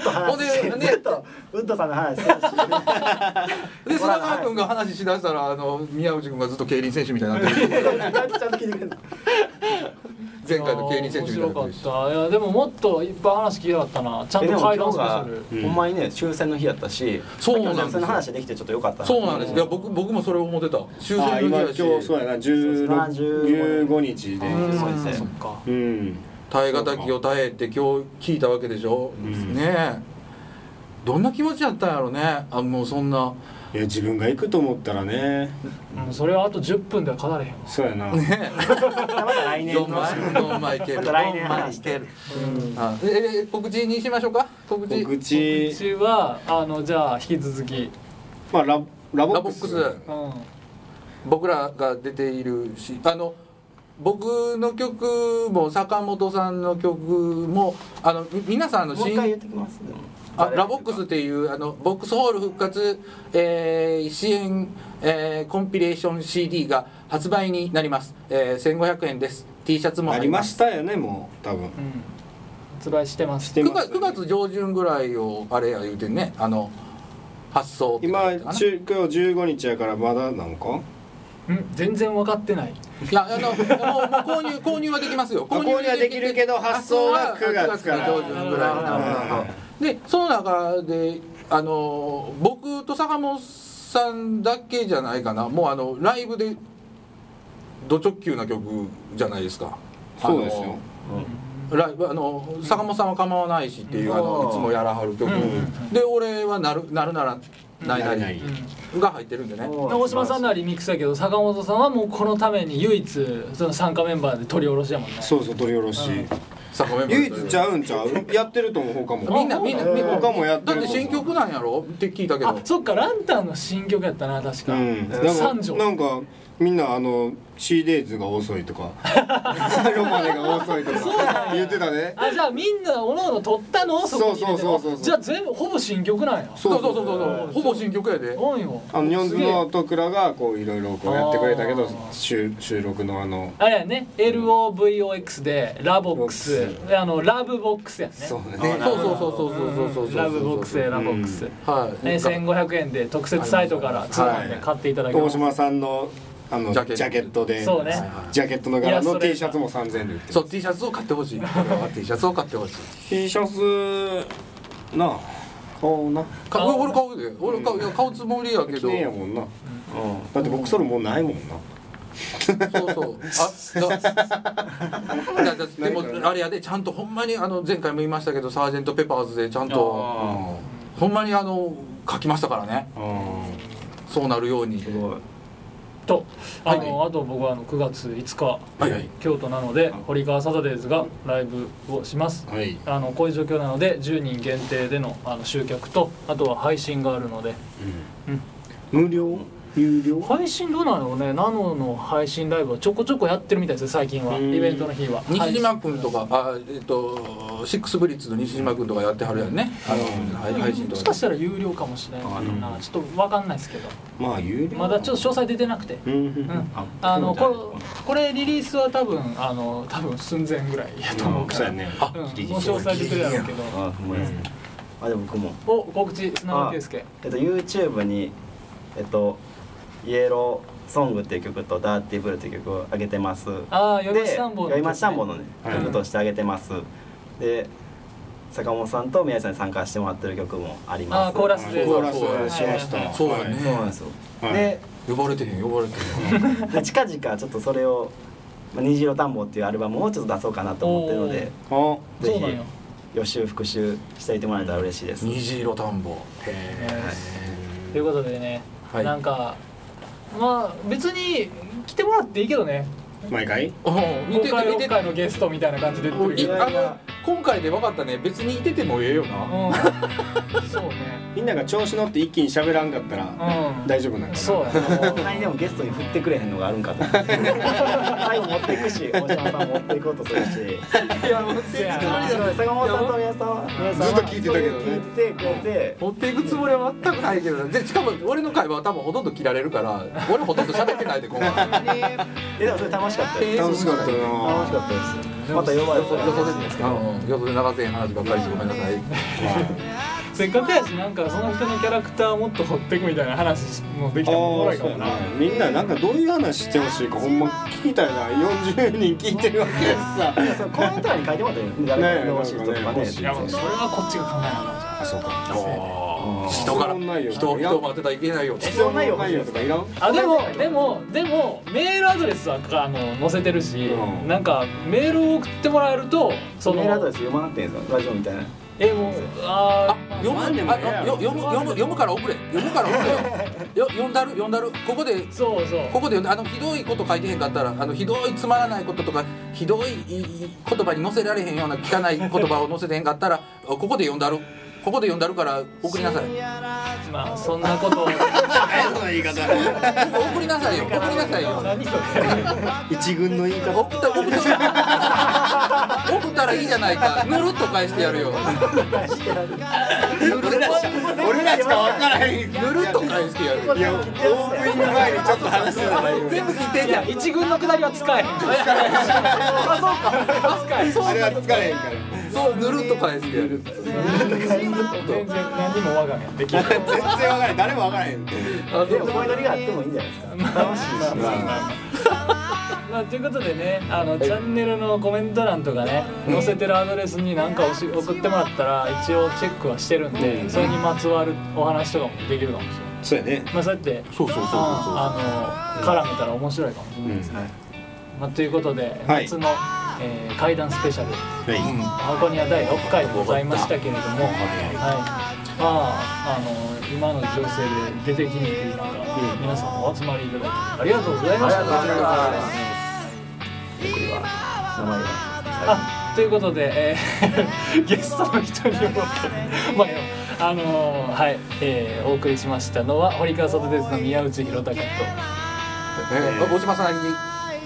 Speaker 1: と話して、
Speaker 4: ほんでね
Speaker 1: ずっとウッドさんの話 してるし
Speaker 4: で砂川君が話しだしたらあの宮内君がずっと競輪選手みたいになってる
Speaker 1: ちゃんと聞いてくれる
Speaker 4: 前回の競輪選手みたいになって
Speaker 2: 面
Speaker 4: るし
Speaker 2: 白かったいやでももっといっぱい話聞きたかったなちゃん
Speaker 1: えで
Speaker 2: と
Speaker 1: も今
Speaker 2: 階
Speaker 1: 日
Speaker 2: 段スペシ
Speaker 1: が
Speaker 2: ャ
Speaker 1: ほんまにね終戦の日やったし
Speaker 4: そうなんですよ
Speaker 1: さっきの終戦の話できてちょっと良かった
Speaker 4: そうなんですいや僕僕もそれを思ってた終
Speaker 3: あ
Speaker 4: 戦
Speaker 3: 今
Speaker 4: の
Speaker 3: 今日
Speaker 4: 日やし
Speaker 3: そうやな16 15日で
Speaker 2: ル
Speaker 1: そうですね
Speaker 2: そっか
Speaker 3: うん
Speaker 4: 耐え難きを耐えて今日聞いたわけでしょ、
Speaker 3: ん
Speaker 4: ねえどんな気持ちやったんやろねあもうそんない
Speaker 3: や自分が行くと思ったらね
Speaker 2: うんそれはあと10分では語れへんわ
Speaker 3: そうやな
Speaker 4: ね
Speaker 1: また来年
Speaker 4: えどんまいどんまいける
Speaker 1: また
Speaker 4: どん
Speaker 1: 来年
Speaker 4: まい
Speaker 1: 話し
Speaker 4: け
Speaker 1: て
Speaker 4: る、あええ告知にしましょうか告知
Speaker 3: 告
Speaker 2: う
Speaker 3: 知
Speaker 2: ちはあのじゃあ引き続き
Speaker 3: まあララボ
Speaker 4: ラ
Speaker 3: ッ
Speaker 4: ボ
Speaker 3: ク
Speaker 4: ッ
Speaker 3: ス
Speaker 4: クス
Speaker 2: うん
Speaker 4: 僕らが出ているしあの僕の曲も坂本さんの曲もあのみ皆さんあの
Speaker 1: もう一
Speaker 4: 新
Speaker 1: 回言ってきますでも
Speaker 4: あラボックスっていうあのボックスホール復活、えー支援、えーコンピレーション CD が発売になります、えー、1500円です T シャツも
Speaker 3: な
Speaker 4: 入
Speaker 3: りましたよねもう多分
Speaker 2: うん発売してます
Speaker 3: して
Speaker 4: 9
Speaker 3: ます
Speaker 4: 月 ,9 月上旬ぐらいをあれや言うてんねあの発送って書い
Speaker 3: 今
Speaker 4: てたかな
Speaker 3: 中今日15日やからまだなのか
Speaker 2: うん全然分かってない
Speaker 4: いやあのもうもう購入購入はできま すよ
Speaker 3: あ購入はできるけど発送は9月から
Speaker 4: 発送は9上旬ぐらいになる
Speaker 3: なるほ
Speaker 4: でその中であの僕と坂本さんだけじゃないかなもうあのライブでド直球な曲じゃないですか
Speaker 3: そうですよ
Speaker 4: ライブあの坂本さんは構わないしっていうあのいつもやらはる曲、
Speaker 2: うん
Speaker 4: で俺はなるなるならないなりが入ってるんでね
Speaker 2: 大島さんのはリミックスだけど坂本さんはもうこのために唯一その参加メンバーで取り下ろしやもんね
Speaker 3: そうそう取り下ろし
Speaker 4: 坂本
Speaker 3: 唯一ちゃうんち ゃうやってると思う他
Speaker 4: みん
Speaker 3: も
Speaker 4: なみんなみんな
Speaker 3: 他もやって
Speaker 4: だっ
Speaker 3: ると思
Speaker 4: て
Speaker 3: う
Speaker 4: 新曲なんやろって聞いたけ
Speaker 2: あ
Speaker 4: ど
Speaker 2: そっかランタンの新曲やったな確か、
Speaker 3: うんなん
Speaker 2: 三
Speaker 3: か
Speaker 2: 条
Speaker 3: なんかみんなあの c デイズが遅いとか ロマネが遅いとか言ってたね
Speaker 2: あじゃあみんなおのおの撮ったの
Speaker 3: そ
Speaker 2: こ
Speaker 3: う
Speaker 2: に入れて
Speaker 3: そうそうそうそう
Speaker 2: あじゃあ全部ほぼ新曲なんや
Speaker 4: そうそうそうそうほぼ新曲やで
Speaker 2: おんよ
Speaker 3: あのニョンズ
Speaker 2: すげえ
Speaker 3: のトクラがこういろいろこうやってくれたけど
Speaker 2: あー
Speaker 3: 収収録のあの
Speaker 2: あれやね LOVOX でラボックス
Speaker 3: ボッ
Speaker 2: あのラブボックスやね
Speaker 3: そう
Speaker 4: そう
Speaker 3: ね
Speaker 4: そうそうそうそうそうそうそう
Speaker 2: ラブボックスでラボックス、
Speaker 4: はい
Speaker 2: ね、1500円で特設サイトから通販で買っていただけ
Speaker 3: 大
Speaker 2: ます、
Speaker 3: 島さんのあの
Speaker 4: ジ
Speaker 3: ジ
Speaker 4: ャケット
Speaker 3: ャケットで
Speaker 2: そうね
Speaker 3: ジャケットの柄
Speaker 2: イラス
Speaker 3: の
Speaker 2: トで
Speaker 3: T シャツも3000円で売って
Speaker 4: そ
Speaker 3: る
Speaker 4: う T シャツを買ってほしい T シャツを買ってほしい
Speaker 3: T シャツなあ買おうな
Speaker 4: か俺俺買うで俺買ういや買うつもりやけ
Speaker 3: 綺
Speaker 4: ど
Speaker 3: 麗やもんなだって僕それもうないもんな
Speaker 4: そうそうあだだだでもあれやでちゃんとほんまにあの前回も言いましたけどサージェントペパーズでちゃんと
Speaker 1: あ
Speaker 4: ほんまにあの書きましたからね
Speaker 3: う
Speaker 4: そうなるように
Speaker 1: ーすごい
Speaker 2: とあの、
Speaker 4: は
Speaker 2: あと僕はあの9月5日
Speaker 4: はいはい
Speaker 2: 京都なので堀川サタデーズがライブをします
Speaker 3: んはい
Speaker 2: あのこういう状況なので10人限定でのあの集客とあとは配信があるので
Speaker 3: 無料有料
Speaker 2: 配信どうなのねナノの配信ライブはちょこちょこやってるみたいですよ最近は
Speaker 3: うん
Speaker 2: イベントの日は
Speaker 4: 西島君とかあえっとシックスブリッツの西島君とかやってはるやんねあの配
Speaker 2: 配
Speaker 4: 配
Speaker 2: 信
Speaker 4: 信
Speaker 2: も
Speaker 4: と
Speaker 2: し
Speaker 4: か
Speaker 2: かしたら有料かもしれないなちょっとわかんないですけど
Speaker 3: まあ有料
Speaker 2: まだちょっと詳細出てなくて
Speaker 3: うんうん
Speaker 2: うん
Speaker 1: あ
Speaker 2: あの
Speaker 1: そう
Speaker 2: これこれリリースは多分あの多分寸前ぐらいやと思うか
Speaker 3: そう
Speaker 2: ら、うん、も
Speaker 3: やね
Speaker 4: あ
Speaker 2: う詳細出てるやろうけど
Speaker 1: あほんまですねあでも僕も
Speaker 2: お告知砂川圭介
Speaker 1: えっと YouTube にえっとイエローソングっていう曲とダーティーブルーっていう曲を上げてます。
Speaker 2: ああ
Speaker 1: で
Speaker 2: よりしんぼう
Speaker 1: よいまし田んぼのね
Speaker 6: はい
Speaker 1: 曲としてあげてます。で坂本さんと宮地さんに参加してもらってる曲もあります。
Speaker 2: あーコーラスで
Speaker 6: コーラスしまし
Speaker 2: はいはい
Speaker 6: た。
Speaker 2: はい
Speaker 4: そうやね
Speaker 1: そうなんですよ。
Speaker 6: はい
Speaker 1: で
Speaker 4: 呼ばれてへん呼ばれてへん
Speaker 1: で近々ちょっとそれを「まあ虹色田んぼ」っていうアルバムをちょっと出そうかなと思ってるので
Speaker 6: あ、
Speaker 1: ぜ
Speaker 2: そうなんよ
Speaker 1: ひ予習復習していてもらえたら嬉しいです。
Speaker 4: 虹色田んぼ
Speaker 2: ね
Speaker 4: へ
Speaker 2: ということでね、
Speaker 4: はい
Speaker 2: なんかまあ別に来てもらっていいけどね
Speaker 6: 毎回。
Speaker 4: お見
Speaker 2: 今
Speaker 4: てて
Speaker 2: 回
Speaker 4: 見て
Speaker 2: 今回のゲストみたいな感じで言ってるけ
Speaker 4: い
Speaker 2: ど、
Speaker 4: あの今回で分かったね別にいててもええよな
Speaker 2: うん、そうね
Speaker 6: みんなが調子乗って一気に喋らんかったら
Speaker 2: うん
Speaker 6: 大丈夫なんかな。
Speaker 2: そうやな
Speaker 1: こんなにでもゲストに振ってくれへんのがあるんかと思って最後持っていくし大島さん持っていこうとするし
Speaker 2: いや持ってやな
Speaker 1: 坂本さんと宮地さんは宮地さん
Speaker 6: ず
Speaker 1: は
Speaker 6: っと聞いてたけどね
Speaker 1: 聞いてくれて
Speaker 4: 持っていくつもりは全くないけどなでしかも俺の会話は多分ほとんど切られるから俺ほとんど喋ってないで今回
Speaker 1: えでもそれ楽しかったです
Speaker 6: 楽しかった
Speaker 1: 楽し
Speaker 6: な。
Speaker 1: かったですまた呼ばれそう
Speaker 4: よそでですかよそで長せへん話ばっかりしてごめんなさい
Speaker 2: せっかくやしなんかその人のキャラクターもっと掘っていくみたいな話もでき
Speaker 6: あ
Speaker 2: たらおもろ
Speaker 6: ー
Speaker 2: いか
Speaker 6: そう
Speaker 2: も
Speaker 6: や
Speaker 2: な
Speaker 6: なみんななんかどういう話してほしいかほんま聞きたいな40人聞いてるわけですさ
Speaker 1: そのコメント欄に書いてもらったらいいんじゃない
Speaker 6: ねえ
Speaker 1: かしいとか
Speaker 6: も
Speaker 1: ね
Speaker 6: し
Speaker 2: いやもうそれはこっちが考えなあかんじゃん
Speaker 6: あそうか
Speaker 4: 人から
Speaker 6: 質問内容
Speaker 4: 人を人を待ってたらいけないよ
Speaker 6: 質問内容とかいらん
Speaker 2: あでもでもでもメールアドレスはあの載せてるし、
Speaker 6: うん
Speaker 2: なんかメールを送ってもらえるとその
Speaker 1: メールアドレス読まなくていいんですよラジオみたいな
Speaker 2: えもうあ
Speaker 4: あ
Speaker 2: ー
Speaker 4: 読むあ
Speaker 6: でもええや
Speaker 4: よ
Speaker 6: ろ
Speaker 4: 読む読む読むから送れ読むから送れよよ読んだる読んだるここで
Speaker 2: そうそう
Speaker 4: ここで読んだあのひどいこと書いてへんかったらあのひどいつまらないこととかひどいいい言葉に載せられへんような汚い言葉を載せてへんかったらここで読んだるここで読んだるから送りなさい
Speaker 2: まあそんなことを
Speaker 4: 送りなさいよ送りなさいよ
Speaker 2: 何それ
Speaker 6: 一軍の言い方
Speaker 4: 送った送った送ったらいいじゃないかぬるっと返してやるよ
Speaker 6: 俺らし俺らしか分からへんい
Speaker 4: ぬるっと返してやる
Speaker 6: やオープニング前にちょっと話すのがいいよ
Speaker 4: 全部聞いてん
Speaker 2: い
Speaker 4: じゃ
Speaker 2: や
Speaker 4: ん
Speaker 2: 一軍のくだりは 使えへんあ そうか使え
Speaker 6: あれは疲れへんから
Speaker 4: そうぬるっと返してやる
Speaker 2: 全然何も我が家できない
Speaker 6: 全然分からへん誰も分からへん
Speaker 4: あ
Speaker 1: で
Speaker 4: で
Speaker 1: も
Speaker 4: も
Speaker 1: コメント欄があってもいいんじゃないですか楽しいし
Speaker 2: まあ、ということでねあの、チャンネルのコメント欄とかね載せてるアドレスに何かおし送ってもらったら一応チェックはしてるんで、それにまつわるお話とかもできるかもしれない、
Speaker 6: そうやね
Speaker 2: まあ、そうやって
Speaker 4: そうそうそうそう
Speaker 2: あの絡めたら面白いかもしれないですね、まあ、ということで
Speaker 6: はい
Speaker 2: 夏の、えー、怪談スペシャル
Speaker 6: はい
Speaker 4: うん
Speaker 2: 箱庭第6回でございましたけれども、はい、まああの今の情勢で出てきにくい中、皆さんお集まりいただきありがとうございました。
Speaker 1: 名前が
Speaker 2: あということで、えー ゲストの一人をまああのーはい、えーお送りしましたのは堀川聡ですの宮内弘隆と
Speaker 4: えー大島さんに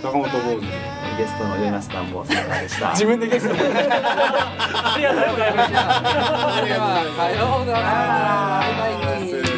Speaker 6: 坂本坊主
Speaker 1: ゲストの上ましたんぼさんでした
Speaker 2: 自分でゲストありがとうございました。
Speaker 4: ではさようならバイバイ